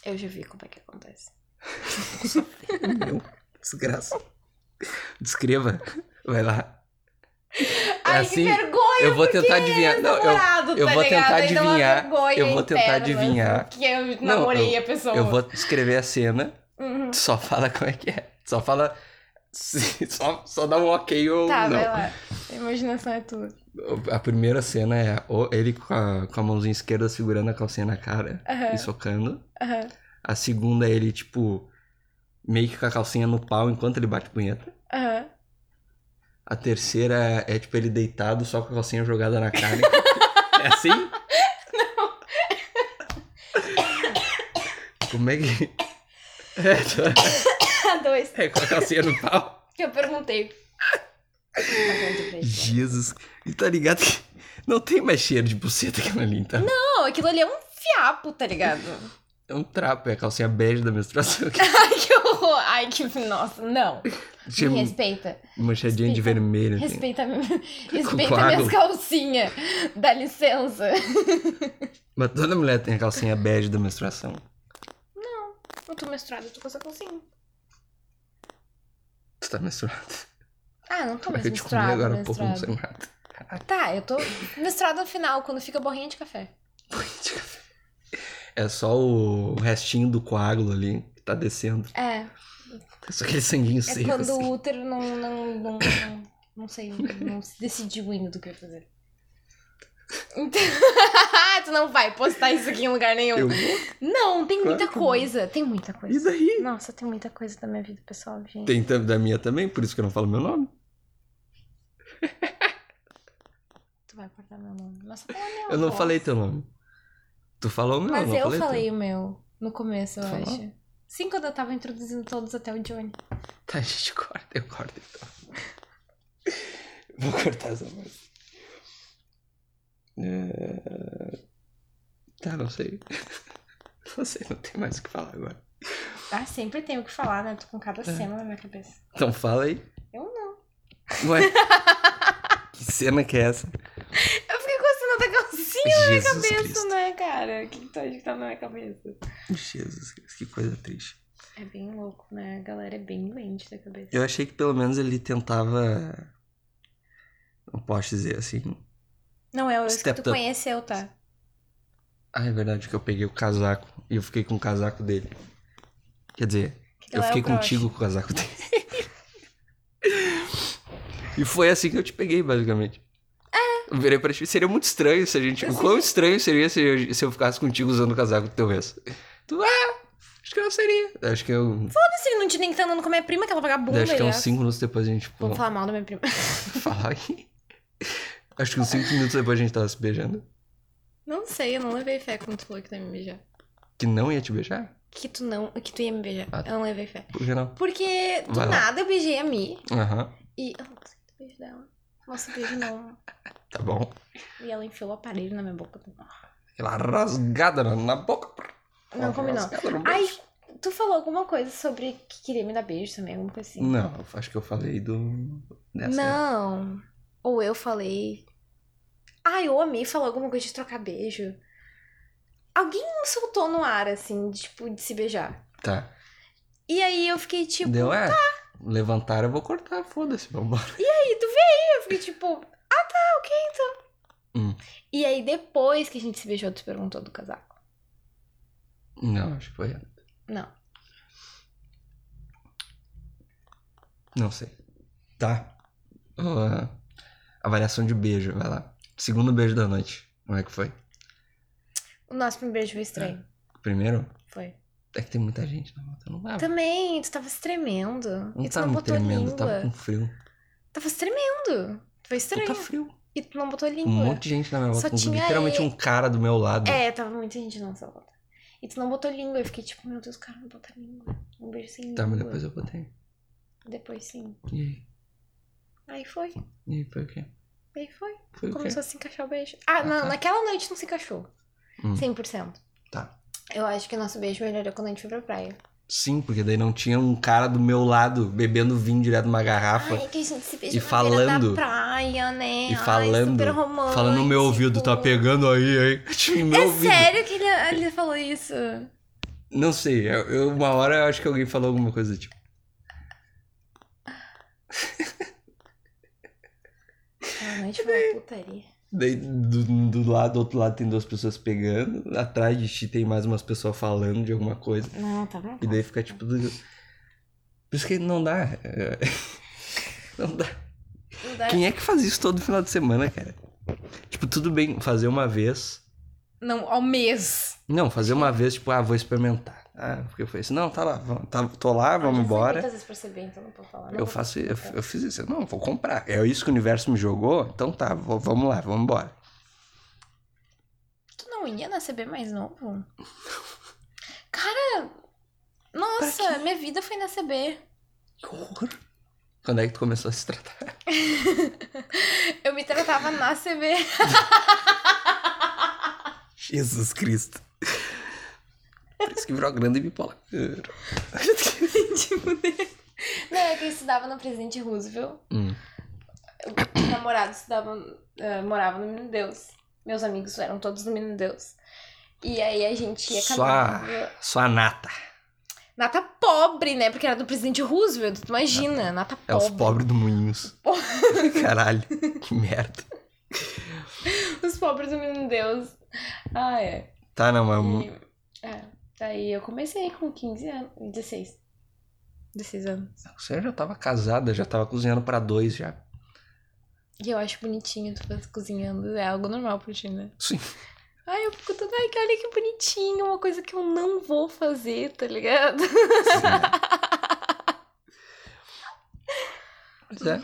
S2: Eu já vi como é que acontece.
S1: Meu, desgraça. Descreva. Vai lá. É
S2: Ai,
S1: assim,
S2: que vergonha!
S1: eu vou tentar adivinhar. Não, eu,
S2: namorado,
S1: eu
S2: tá
S1: vou
S2: ligado?
S1: tentar
S2: Ainda uma
S1: adivinhar,
S2: vergonha
S1: eu vou tentar
S2: interna,
S1: adivinhar.
S2: Porque eu
S1: Não,
S2: namorei
S1: eu-
S2: a pessoa.
S1: eu vou descrever a cena.
S2: Uhum.
S1: Tu só fala como é que é. Tu Só fala. se- Só, só dá um ok ou
S2: Tá, vai
S1: não.
S2: lá. A imaginação é tua.
S1: A primeira cena é o- ele com a, com a mãozinha esquerda segurando a calcinha na cara
S2: Aham,
S1: e socando.
S2: aham,
S1: A segunda é ele, tipo, meio que com a calcinha no pau enquanto ele bate punheta.
S2: aham.
S1: A terceira é, tipo, ele deitado só com a calcinha jogada na cara. é assim? Não. Como é que. É, tá-
S2: Ah, dois.
S1: é com a calcinha no pau.
S2: Que eu perguntei. Tá pronto pra isso.
S1: Jesus. E tá ligado que não tem mais cheiro de buceta aquilo ali, então.
S2: Não, aquilo ali é um fiapo, tá ligado?
S1: É um trapo, é a calcinha bege da menstruação. que
S2: Ai, que horror. Ai, que. Nossa, não.
S1: Tinha
S2: Me respeita.
S1: manchadinha de
S2: respeita.
S1: vermelho. assim.
S2: Respeita, respeita
S1: coágulo.
S2: minhas calcinhas. Dá licença.
S1: Mas toda mulher tem a calcinha bege da menstruação.
S2: Eu tô menstruada, eu tô com essa calcinha.
S1: Tu tá menstruada.
S2: Ah, não tô mais
S1: eu te comi
S2: menstruada.
S1: agora há pouco, não
S2: menstruada.
S1: sei nada.
S2: Tá, eu tô menstruada no final, quando fica borrinha de café.
S1: É só o restinho do coágulo ali que tá descendo.
S2: É.
S1: É só aquele sanguinho
S2: É
S1: seco.
S2: quando
S1: assim.
S2: o útero não. Não, não, não, não sei, não se decidiu ainda do que vai fazer. Então... tu não vai postar isso aqui em lugar nenhum.
S1: Eu...
S2: Não, tem
S1: Claro
S2: muita
S1: que não.
S2: coisa. Tem muita coisa.
S1: E daí?
S2: Nossa, tem muita coisa da minha vida pessoal, gente.
S1: Tem tam- da minha também, por isso que eu não falo meu nome.
S2: Tu vai cortar meu nome. Mas fala meu
S1: Eu não
S2: pô.
S1: falei teu nome. Tu falou o meu,
S2: Mas
S1: não
S2: eu
S1: falei teu.
S2: falei o meu no começo, eu
S1: Falou?
S2: acho. Sim, quando eu tava introduzindo todos até o Johnny.
S1: Tá, a gente corta, eu corto então. Vou cortar essa voz. É, Tá, não sei. Não sei, não tem mais o que falar agora.
S2: Ah, sempre tenho o que falar, né? Tô com
S1: É.
S2: cada cena na minha cabeça.
S1: Então fala aí.
S2: Eu não.
S1: Ué. que cena que é essa?
S2: Eu fiquei com a cena da calcinha na
S1: Jesus
S2: minha cabeça,
S1: Cristo.
S2: né, cara? O que tu acha que tá na minha cabeça?
S1: Jesus Cristo, que coisa triste.
S2: É bem louco, né? A galera é bem doente da cabeça.
S1: Eu achei que pelo menos ele tentava. Não posso dizer assim.
S2: Não, é o que tu
S1: Stepped up.
S2: conheceu, tá?
S1: Ah, é verdade que eu peguei o casaco e eu fiquei com o casaco dele. Quer dizer,
S2: Que tu
S1: Eu
S2: é o
S1: fiquei
S2: broche.
S1: contigo com o casaco dele. e foi assim que eu te peguei, basicamente. É. Eu virei pra ti. Seria muito estranho se a gente. O quão estranho seria se eu, se eu ficasse contigo usando o casaco do teu ex. Tu, ah, acho que não seria. Acho que eu.
S2: Foda-se, ele não tinha nem que tá andando com a minha prima, aquela vagabunda.
S1: Acho que é uns
S2: aliás.
S1: 5 minutos depois a gente. Pô,
S2: Vamos falar mal da minha prima.
S1: falar aí. Acho que uns 5 minutos depois a gente tava se beijando.
S2: Não sei, eu não levei fé quando tu falou que tu ia me beijar.
S1: Que não ia te beijar?
S2: Que tu não. Que tu ia me beijar.
S1: Ah, tá.
S2: Eu não levei fé.
S1: Por que não?
S2: Porque do
S1: Vai lá.
S2: nada eu beijei a Mi
S1: Aham.
S2: e. Eu não sei do beijo dela. Nossa, beijo não.
S1: Tá bom.
S2: E ela enfiou o aparelho na minha boca.
S1: Aquela rasgada na, na boca.
S2: Não
S1: Aquela
S2: combinou.
S1: rasgada no
S2: Ai,
S1: beijo.
S2: tu falou alguma coisa sobre que queria me dar beijo também, alguma coisa assim.
S1: Não, eu acho que eu falei do. Dessa.
S2: Não. Ou eu falei. Ai, ou a Mi falou alguma coisa de trocar beijo. Alguém não soltou no ar, assim, de, tipo, de se beijar.
S1: Tá.
S2: E aí eu fiquei tipo.
S1: Deu é? Levantaram, eu vou cortar, foda-se, vambora.
S2: Aí tu veio, eu fiquei tipo. Ah tá, ok então.
S1: Hum.
S2: E aí depois que a gente se beijou, tu perguntou do casaco.
S1: Não, acho que foi. ela.
S2: Não.
S1: Não sei. Tá. Ah, avaliação de beijo, vai lá. Segundo beijo da noite. Como é que foi?
S2: O nosso primeiro beijo foi estranho.
S1: Primeiro?
S2: Foi.
S1: É que tem muita gente na moto, eu não tava.
S2: Também, tu tava se tremendo.
S1: Não
S2: e tu não
S1: tava me
S2: botou
S1: tremendo,
S2: língua.
S1: tava com frio.
S2: Tava se tremendo. Foi
S1: Não
S2: estranho.
S1: tá frio.
S2: E tu não botou
S1: Um
S2: língua.
S1: monte de gente na minha
S2: Só
S1: moto, com
S2: tinha
S1: literalmente
S2: ele.
S1: um cara do meu lado.
S2: É, tava muita gente na nossa volta. E tu não botou língua. Eu fiquei tipo, meu Deus, cara, não bota língua. Um beijo sem
S1: Tá, mas
S2: língua.
S1: depois eu botei.
S2: Depois sim.
S1: E aí?
S2: Aí foi.
S1: E aí foi o quê?
S2: Aí foi.
S1: Foi o quê?
S2: Começou a se encaixar o beijo. Ah,
S1: Ah,
S2: não,
S1: tá.
S2: naquela noite não se encaixou.
S1: Hum.
S2: 100%.
S1: Tá.
S2: Eu acho que o nosso beijo melhorou quando a gente foi pra praia.
S1: Sim, porque daí não tinha um cara do meu lado bebendo vinho direto de uma garrafa.
S2: Ai, que a gente se beijou
S1: Ah, E
S2: na beira
S1: falando-
S2: da praia, né?
S1: E
S2: Ai,
S1: falando-
S2: super romântico.
S1: Falando no meu ouvido, tá pegando aí, aí. Em meu
S2: É
S1: ouvido.
S2: sério que ele, ele falou isso?
S1: Não sei, eu, eu- uma hora eu acho que alguém falou alguma coisa do tipo.
S2: Aquela Ah, noite foi uma putaria.
S1: Daí do, do lado, do outro lado tem duas pessoas pegando, atrás de ti tem mais umas pessoas falando de alguma coisa.
S2: Não, tá bom.
S1: E daí fica tipo. do- Por isso que não dá. é. Não dá.
S2: Não dá-
S1: Quem é que faz isso todo final de semana, cara? Tipo, tudo bem fazer uma vez.
S2: Não, ao mês.
S1: Não, fazer uma vez, tipo, ah, vou experimentar. Ah, porque foi isso. Não, tá lá, vamos- tá, tô lá, vamos
S2: Eu Ah, já fui
S1: embora.
S2: muitas vezes pra beber, então não posso falar. Não
S1: Eu
S2: vou-
S1: faço,
S2: não
S1: eu,
S2: vou.
S1: eu fiz isso. Eu, Não, vou comprar. É isso que o universo me jogou? Então tá, vou- vamos lá, vamos embora.
S2: Tu não ia na CB mais novo? Cara, nossa, minha vida foi na CB.
S1: Que horror. Quando é que tu começou a se tratar?
S2: Eu me tratava na CB.
S1: Jesus Cristo. Isso que virou a grande bipolar.
S2: tipo, né? Não, é que eu estudava no Presidente Roosevelt.
S1: Hum.
S2: Meus namorados estudavam, eh, moravam no Menino Deus. Meus amigos eram todos no Menino Deus. E aí a gente ia
S1: Sua, sua nata.
S2: Nata pobre, né? Porque era do Presidente Roosevelt, tu imagina. Nata
S1: É os
S2: pobre.
S1: pobres do Moinhos. Caralho, que merda.
S2: Os pobres do Menino Deus. Ah, é.
S1: Tá, não,
S2: E,
S1: mas.
S2: é. Daí eu comecei com 15 anos. 16. 16 anos.
S1: Você já tava casada, já tava cozinhando pra dois já.
S2: E eu acho bonitinho tu fazer cozinhando. É algo normal pra ti, né?
S1: Sim.
S2: Ai, eu fico toda. Ai, que- olha que bonitinho. Uma coisa que eu não vou fazer, tá ligado?
S1: Pois é.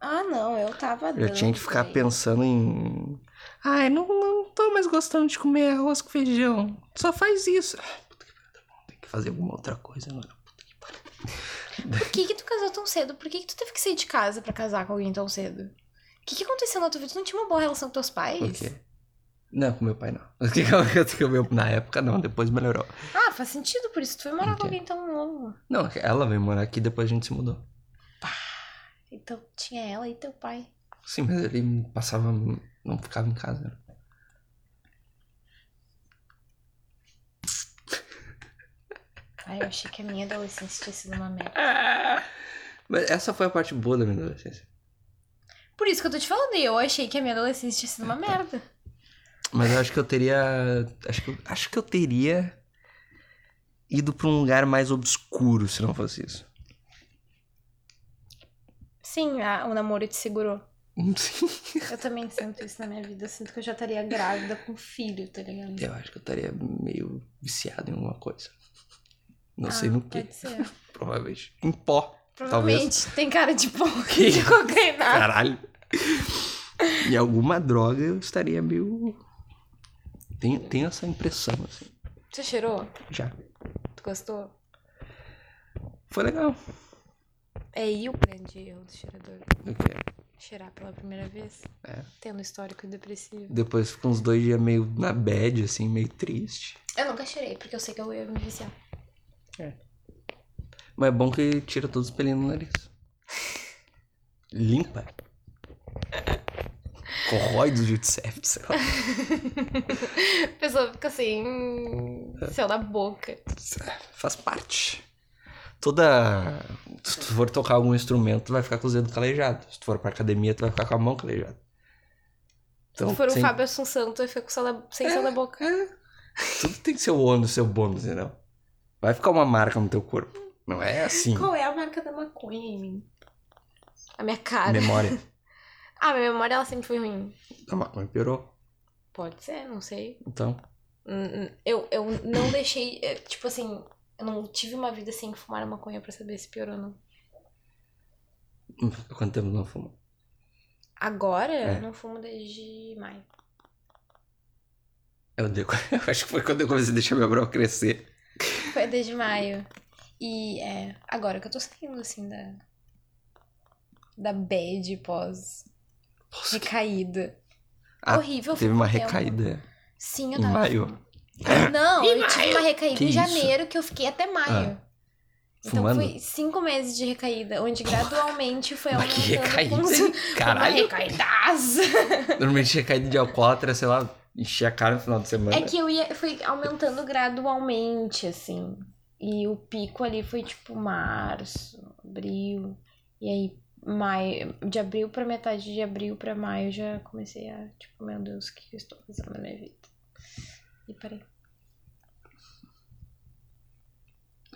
S2: Ah, não. Eu tava
S1: Eu tinha que
S2: dando,
S1: ficar
S2: velho.
S1: pensando em. Ai, não, não tô mais gostando de comer arroz com feijão. Só faz isso. Ah, puta que pariu, tá bom, tem que fazer alguma outra coisa agora. Puta que pariu.
S2: Por que que tu casou tão cedo? Por que que tu teve que sair de casa pra casar com alguém tão cedo? O que que aconteceu na tua vida? Tu não tinha uma boa relação com teus pais?
S1: Por quê? Não, com meu pai não. O que que eu- que eu meu- Na época não, depois melhorou.
S2: Ah, faz sentido, por isso tu foi morar
S1: Por
S2: com
S1: quê?
S2: alguém tão novo.
S1: Não, ela veio morar aqui depois a gente se mudou.
S2: Então tinha ela e teu pai.
S1: Sim, mas ele passava. Não ficava em casa. né?
S2: Ai, eu achei que a minha adolescência tinha sido uma merda.
S1: Mas essa foi a parte boa da minha adolescência.
S2: Por isso que eu tô te falando, eu achei que a minha adolescência tinha sido uma merda.
S1: Mas eu acho que eu teria. Acho que eu, acho que eu teria ido pra um lugar mais obscuro se não fosse isso.
S2: Sim, a- o namoro te segurou.
S1: Sim.
S2: Eu também sinto isso na minha vida. Eu sinto que eu já estaria grávida com filho, tá ligado?
S1: Eu acho que eu estaria meio viciado em alguma coisa. Não sei no que,
S2: Ah, Pode ser.
S1: provavelmente. Em pó.
S2: Provavelmente tem cara de pó de cocaína.
S1: Caralho. em alguma droga eu estaria meio. Tenho, tenho essa impressão, assim.
S2: Tu cheirou?
S1: Já.
S2: Tu gostou?
S1: Foi legal.
S2: É aí o grande erro do cheirador.
S1: O que é?
S2: Cheirar pela primeira vez.
S1: É.
S2: Tendo histórico depressivo.
S1: Depois ficou uns dois dias meio na bad, assim, meio triste.
S2: Eu nunca cheirei, porque eu sei que eu ia me viciar.
S1: Mas é bom que tira todos os pelinhos do nariz. Limpa. Corrói do jeito certo, sei lá.
S2: A pessoa fica assim. hum,
S1: É.
S2: Céu da boca.
S1: Faz parte. Toda. Se tu for tocar algum instrumento, tu vai ficar com os dedos calejados. Se tu for pra academia, tu vai ficar com a mão calejada. Então,
S2: Se for um o
S1: sem-
S2: Fábio Assunção, tu fica com céu da... sem céu da boca.
S1: É. Tudo tem seu ônus, seu bônus, entendeu? Vai ficar uma marca no teu corpo. Não é assim.
S2: Qual é a marca da maconha em mim? A minha cara.
S1: Memória.
S2: Ah, minha memória ela sempre foi ruim.
S1: A maconha piorou.
S2: Pode ser, não sei.
S1: Então.
S2: Hum, hum, Eu, eu não deixei. é, Tipo assim, eu não tive uma vida sem fumar a maconha pra saber se piorou ou não.
S1: hum, Quanto tempo não fumou?
S2: Agora,
S1: É.
S2: eu não fumo desde maio.
S1: Eu, dei- eu acho que foi quando eu comecei a deixar meu grau crescer.
S2: Foi desde maio. E é agora que eu tô saindo, assim, da. Da bad pós
S1: Nossa,
S2: recaída.
S1: Ah,
S2: Horrível.
S1: teve uma
S2: foi um tempo.
S1: recaída
S2: Sim, eu
S1: em
S2: tava.
S1: maio.
S2: Não, eu tive uma recaída
S1: Que
S2: em
S1: isso? Ah.
S2: janeiro que eu fiquei até maio. Então
S1: Fumando?
S2: foi cinco meses de recaída, onde gradualmente foi
S1: Mas que
S2: aumentando.
S1: recaída.
S2: com os- Uma
S1: Caralho.
S2: recaidaça.
S1: Normalmente recaída de alcoólatra, sei lá, encher a cara no final de semana.
S2: É que eu ia, fui aumentando gradualmente, assim. E o pico ali foi tipo março, abril. E aí, maio, de abril pra metade de abril pra maio, eu já comecei a, tipo, meu Deus, o que eu estou fazendo na minha vida? E parei.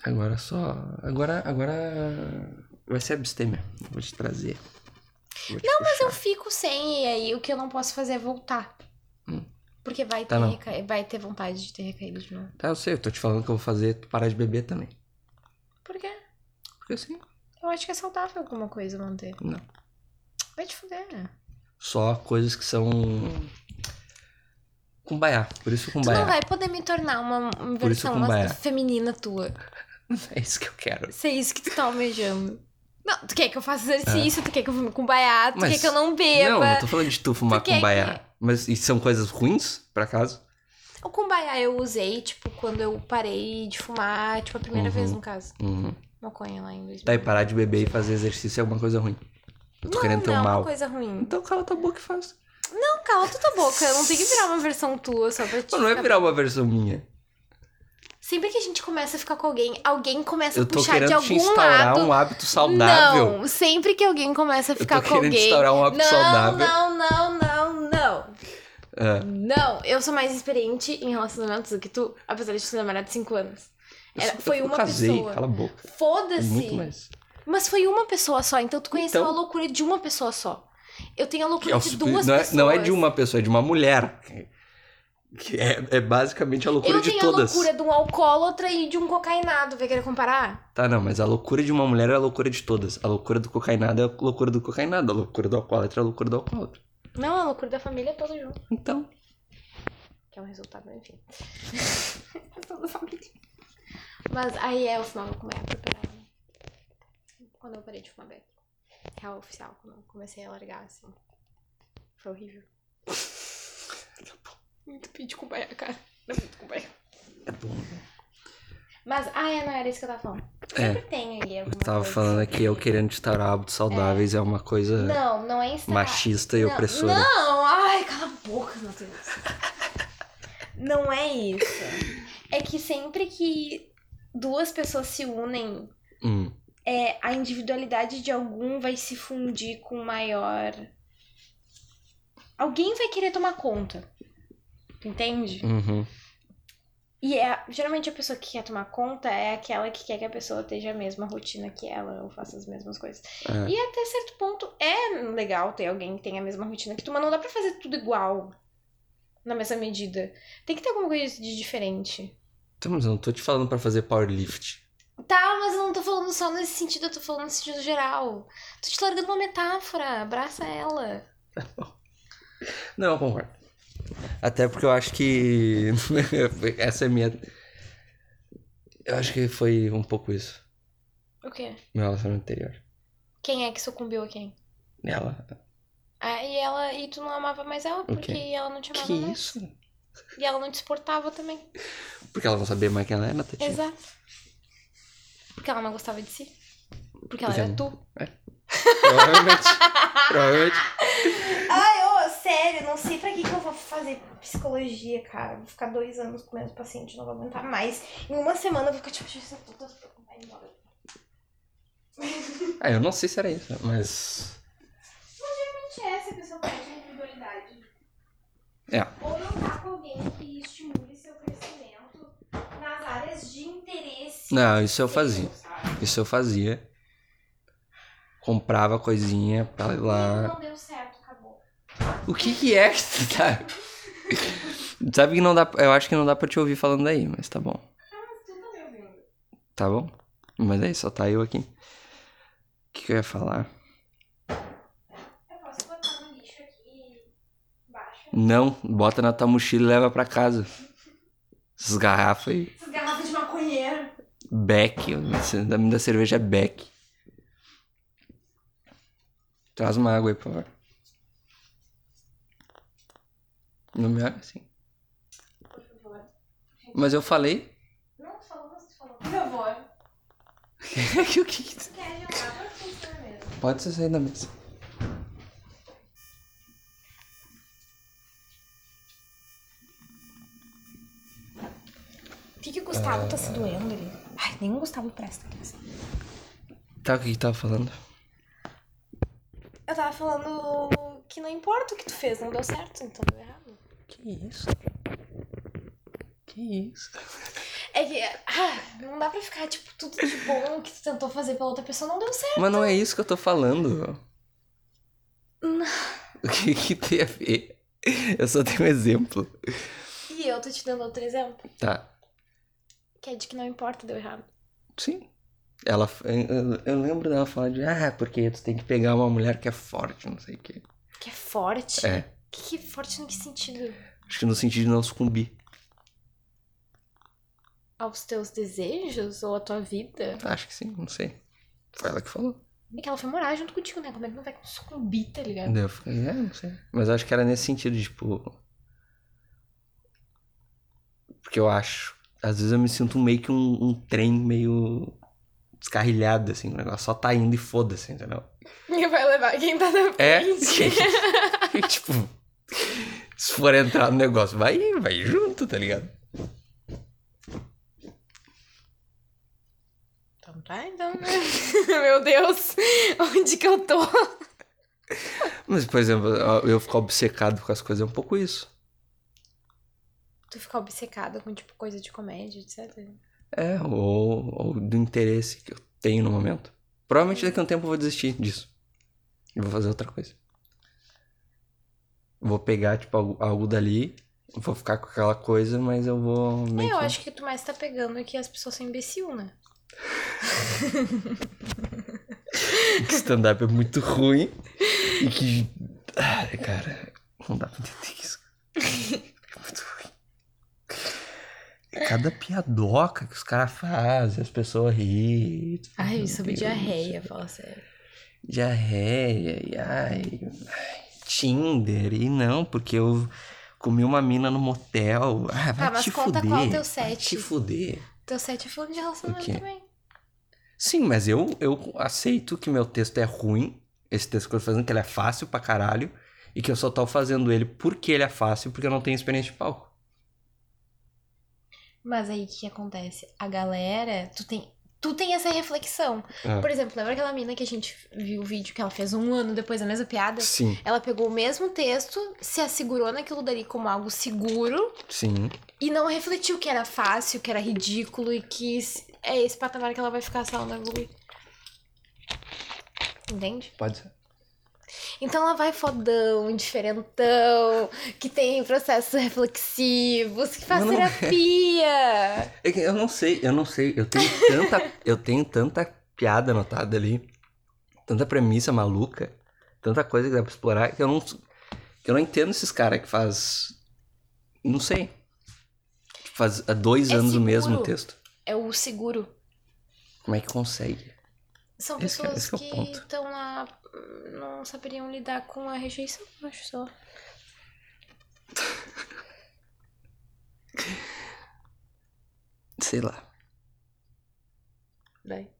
S1: Agora só. Agora. Agora. Vai ser abstêmia. Vou te trazer. não, mas
S2: Eu fico sem, e aí o que eu não posso fazer é voltar.
S1: Hum.
S2: Porque vai ter,
S1: Tá, não.
S2: reca- vai ter vontade de ter recaído de novo.
S1: Tá, eu sei, eu tô te falando que eu vou fazer tu parar de beber também.
S2: Por quê?
S1: Porque assim.
S2: Eu acho que é saudável alguma coisa manter.
S1: Não.
S2: Vai te fuder, né?
S1: Só coisas que são. Cumbaiá. Por isso
S2: Tu não
S1: cumbaiá.
S2: vai poder me tornar uma uma
S1: Por isso
S2: versão
S1: Kumbaya.
S2: feminina tua.
S1: É isso que eu quero.
S2: Se é isso que tu tá almejando. Não, tu quer que eu faça exercício, tu quer que eu fume com baiato, tu
S1: É. Mas-
S2: quer que eu não beba. é
S1: Não, não tô falando de tu fumar
S2: Tu quer
S1: cumbaiá. Mas e são coisas ruins, por acaso?
S2: O kumbaya eu usei, tipo, quando eu parei de fumar, tipo, a primeira
S1: Uhum.
S2: vez, no caso.
S1: Uhum.
S2: Maconha lá em 2000.
S1: Tá, e parar de beber e fazer exercício é alguma coisa ruim. Eu tô
S2: não,
S1: querendo ter
S2: não, é
S1: um
S2: uma
S1: mal.
S2: coisa ruim.
S1: Então cala tua boca e faz.
S2: Não, cala tu tua boca. Eu não tenho que virar uma versão tua só pra te.
S1: Pô, não é
S2: ficar-
S1: virar uma versão minha.
S2: Sempre que a gente começa a ficar com alguém, alguém começa a
S1: Eu tô
S2: puxar de
S1: querendo te
S2: algum
S1: instaurar
S2: lado.
S1: um hábito saudável.
S2: Não, sempre que alguém começa a
S1: eu
S2: ficar
S1: tô
S2: com
S1: querendo
S2: alguém.
S1: instaurar um hábito
S2: não,
S1: saudável.
S2: não, não, não, não.
S1: Ah,
S2: Não, eu sou mais experiente em relacionamentos do que tu, apesar de tu ser namorado de 5 anos.
S1: eu
S2: Era-
S1: só-
S2: foi
S1: eu
S2: uma
S1: casei,
S2: pessoa. assim,
S1: cala a boca. É Muito
S2: Foda-se.
S1: mais.
S2: Mas foi uma pessoa só, então tu conheceu
S1: Então.
S2: a loucura de uma pessoa só. Eu tenho a
S1: Que
S2: loucura
S1: é o
S2: de
S1: su-
S2: duas
S1: não, é,
S2: pessoas.
S1: não é de uma pessoa, é de uma mulher. Que é, é basicamente a loucura
S2: Eu
S1: de
S2: tenho
S1: todas.
S2: a loucura de um alcoólatra e de um cocainado. Vai querer comparar?
S1: Tá, não, mas a loucura de uma mulher é a loucura de todas. A loucura do cocainado é a loucura do cocainado. A loucura do alcoólatra é a loucura do alcoólatra.
S2: Não, a loucura da família é toda junto.
S1: Então,
S2: Que é um resultado, enfim. Resultado da família. Mas aí é, eu fumava com beck preparada. né? Quando eu parei de fumar beck. Real oficial, quando eu comecei a largar, assim. Foi horrível. Muito pinte com baia, cara. Não é muito com baia.
S1: é bom. né?
S2: Mas, ah, é, não era isso que eu tava falando. Sempre
S1: É,
S2: tem ali
S1: eu
S2: alguma
S1: tava
S2: coisa.
S1: falando aqui, eu querendo instaurar hábitos saudáveis é uma coisa
S2: Não, não é instalar.
S1: machista e
S2: não,
S1: opressora.
S2: Não, ai, cala a boca, Matheus. não é isso. É que sempre que duas pessoas se unem,
S1: Hum,
S2: é, a individualidade de algum vai se fundir com o maior. Alguém vai querer tomar conta. Tu Entende?
S1: uhum.
S2: E é, geralmente a pessoa que quer tomar conta é aquela que quer que a pessoa esteja a mesma rotina que ela, ou faça as mesmas coisas.
S1: É.
S2: E até certo ponto é legal ter alguém que tenha a mesma rotina que tu, mas não dá pra fazer tudo igual. Na mesma medida. Tem que ter alguma coisa de diferente.
S1: Então, mas eu não tô te falando pra fazer powerlift.
S2: Tá, mas eu não tô falando só nesse sentido, eu tô falando no sentido geral. Tô te largando uma metáfora, abraça ela.
S1: Não, eu concordo. Até porque eu acho que. Essa é minha. Eu acho que foi um pouco isso.
S2: O quê?
S1: Meu relacionamento anterior.
S2: Quem é que sucumbiu a quem?
S1: Nela.
S2: Ah, e ela. E tu não amava mais ela, porque ela não é assim. te amava
S1: Que
S2: mais.
S1: isso?
S2: E ela não te suportava também.
S1: Porque ela não sabia mais quem ela era, Tati.
S2: Exato. Porque ela não gostava de si. Porque ela
S1: Pois é,
S2: era
S1: né?
S2: tu.
S1: Provavelmente. Provavelmente.
S2: Ai, ô, sério, não sei pra que, que eu vou fazer psicologia, cara. Vou ficar dois anos com o mesmo paciente, não vou aguentar mais. Em uma semana eu vou ficar tipo, "Jesus, eu tô- tô- vai embora.
S1: Ah, eu não sei se era isso, mas.
S2: Gente, é essa pessoa perde a individualidade.
S1: É.
S2: Ou não tá com alguém que estimule seu crescimento nas áreas de interesse.
S1: Não, isso eu
S2: seu,
S1: fazia.
S2: sabe?
S1: Isso eu fazia. Comprava coisinha pra ir
S2: E
S1: lá.
S2: Não deu certo, acabou.
S1: O que que é que tu tá. Sabe que não dá. Eu acho que não dá pra te ouvir falando aí, mas tá bom.
S2: Mas tu tá me ouvindo.
S1: Tá bom? Mas é isso, só tá eu aqui. O que, que eu ia falar?
S2: Eu posso botar no lixo aqui embaixo.
S1: Não, bota na tua mochila e leva pra casa. Essas garrafas aí.
S2: Essas garrafas de maconheiro.
S1: Beck, da minha cerveja é Beck. Traz uma água aí, por favor. Não me olha assim.
S2: Por favor.
S1: Mas eu falei.
S2: Não, tu falou, mas tu falou. Por favor.
S1: que o que que-
S2: Tu quer jogar pra funcionar mesmo.
S1: Pode você sair da mesa.
S2: O que, que o Gustavo tá
S1: É.
S2: se doendo ali? Ai, nem o Gustavo presta atenção.
S1: Tá, o que que tava falando?
S2: Eu tava falando que não importa o que tu fez, não deu certo, então deu errado.
S1: Que isso? Que isso?
S2: É que, ah, não dá pra ficar, tipo, tudo de bom que tu tentou fazer pela outra pessoa não deu certo.
S1: Mas não é isso que eu tô falando. O que que tem a ver? Eu só dei um exemplo.
S2: E eu tô te dando outro exemplo,
S1: Tá.
S2: que é de que não importa, deu errado.
S1: Sim. Ela, eu, eu lembro dela falar de, ah, porque tu tem que pegar uma mulher que é forte, não sei o quê.
S2: Que é forte.
S1: É,
S2: Que, que é forte no que sentido?
S1: acho que no sentido de não sucumbir.
S2: Aos teus desejos ou à tua vida?
S1: Acho que sim, não sei. Foi ela que falou.
S2: É que ela foi morar junto contigo, né? Como é que não vai sucumbir, tá ligado?
S1: "É, Daí Eu falei, é, não sei. Mas acho que era nesse sentido, tipo... Porque eu acho. Às vezes eu me sinto meio que um, um trem meio descarrilhado, assim. O negócio só tá indo e foda-se, entendeu?
S2: E vai levar quem tá na
S1: É.
S2: frente.
S1: tipo, se for entrar no negócio, vai, vai junto, tá ligado?
S2: Então tá, então, né? Meu Deus, onde que eu tô?
S1: Mas, por exemplo, eu ficar obcecado com as coisas é um pouco isso.
S2: Tu fica obcecada com, tipo, coisa de comédia, etc.
S1: É, ou, ou do interesse que eu tenho no momento. Provavelmente daqui a um tempo eu vou desistir disso. E vou fazer outra coisa. Vou pegar, tipo, algo, algo dali, vou ficar com aquela coisa, mas eu vou. meio
S2: Eu
S1: que-
S2: acho que tu mais tá pegando é que as pessoas são imbecil, né?
S1: que stand-up é muito ruim. E que. Ai, cara, não dá pra entender isso. É muito ruim. É Cada piadoca que os caras fazem, as pessoas riem. tu fala,
S2: Ai,
S1: "Meu
S2: sobre
S1: Deus do
S2: diarreia,
S1: céu."
S2: fala sério.
S1: Diarreia, e ai, ai, Tinder, e não, porque eu comi uma mina no motel. Ah, vai
S2: Tá, mas
S1: te
S2: conta
S1: fuder.
S2: qual é o teu
S1: vai te
S2: set.
S1: fuder.
S2: Teu set é falando de
S1: O
S2: relacionamento
S1: quê?
S2: também.
S1: Sim, mas eu, eu aceito que meu texto é ruim, esse texto que eu tô fazendo, que ele é fácil pra caralho, e que eu só tô fazendo ele porque ele é fácil, porque eu não tenho experiência de palco.
S2: Mas aí o que que acontece? A galera, tu tem, tu tem essa reflexão.
S1: Ah.
S2: Por exemplo, lembra aquela mina que a gente viu o vídeo que ela fez um ano depois da mesma piada?
S1: Sim,
S2: Ela pegou o mesmo texto, se assegurou naquilo dali como algo seguro
S1: sim.
S2: e não refletiu que era fácil, que era ridículo e que esse- é esse patamar que ela vai ficar se ela não evoluir. Entende?
S1: Pode ser.
S2: Então ela vai fodão, diferentão, que tem processos reflexivos, que faz
S1: Mas não é.
S2: terapia.
S1: É que eu não sei, eu não sei. Eu tenho tanta, eu tenho tanta piada anotada ali, tanta premissa maluca, tanta coisa que dá pra explorar que eu não, que eu não entendo esses caras que faz, não sei, que faz há dois
S2: É
S1: anos o mesmo
S2: seguro.
S1: texto.
S2: É o seguro.
S1: Como é que consegue?
S2: São
S1: Esse que é-
S2: pessoas
S1: esse que é o
S2: que
S1: ponto.
S2: estão lá, hum, não saberiam lidar com a rejeição, eu acho só.
S1: Sei lá.
S2: Vai.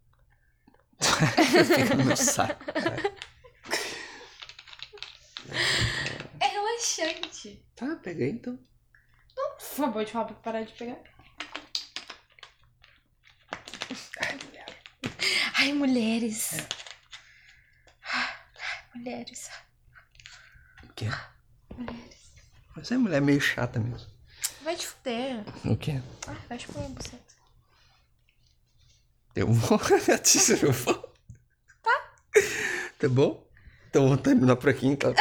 S1: Fica no meu saco. cara.
S2: É relaxante.
S1: Tá, peguei então.
S3: Acabou de falar pra parar de pegar.
S2: Ai, mulheres. Ai, mulheres.
S1: O quê? Você é mulher meio chata mesmo.
S2: Vai te fuder.
S1: O quê?
S2: Ai, vai te pôr um buceta.
S1: Eu vou. Isso eu vou. Tá. Tá bom? Então vou terminar por aqui então.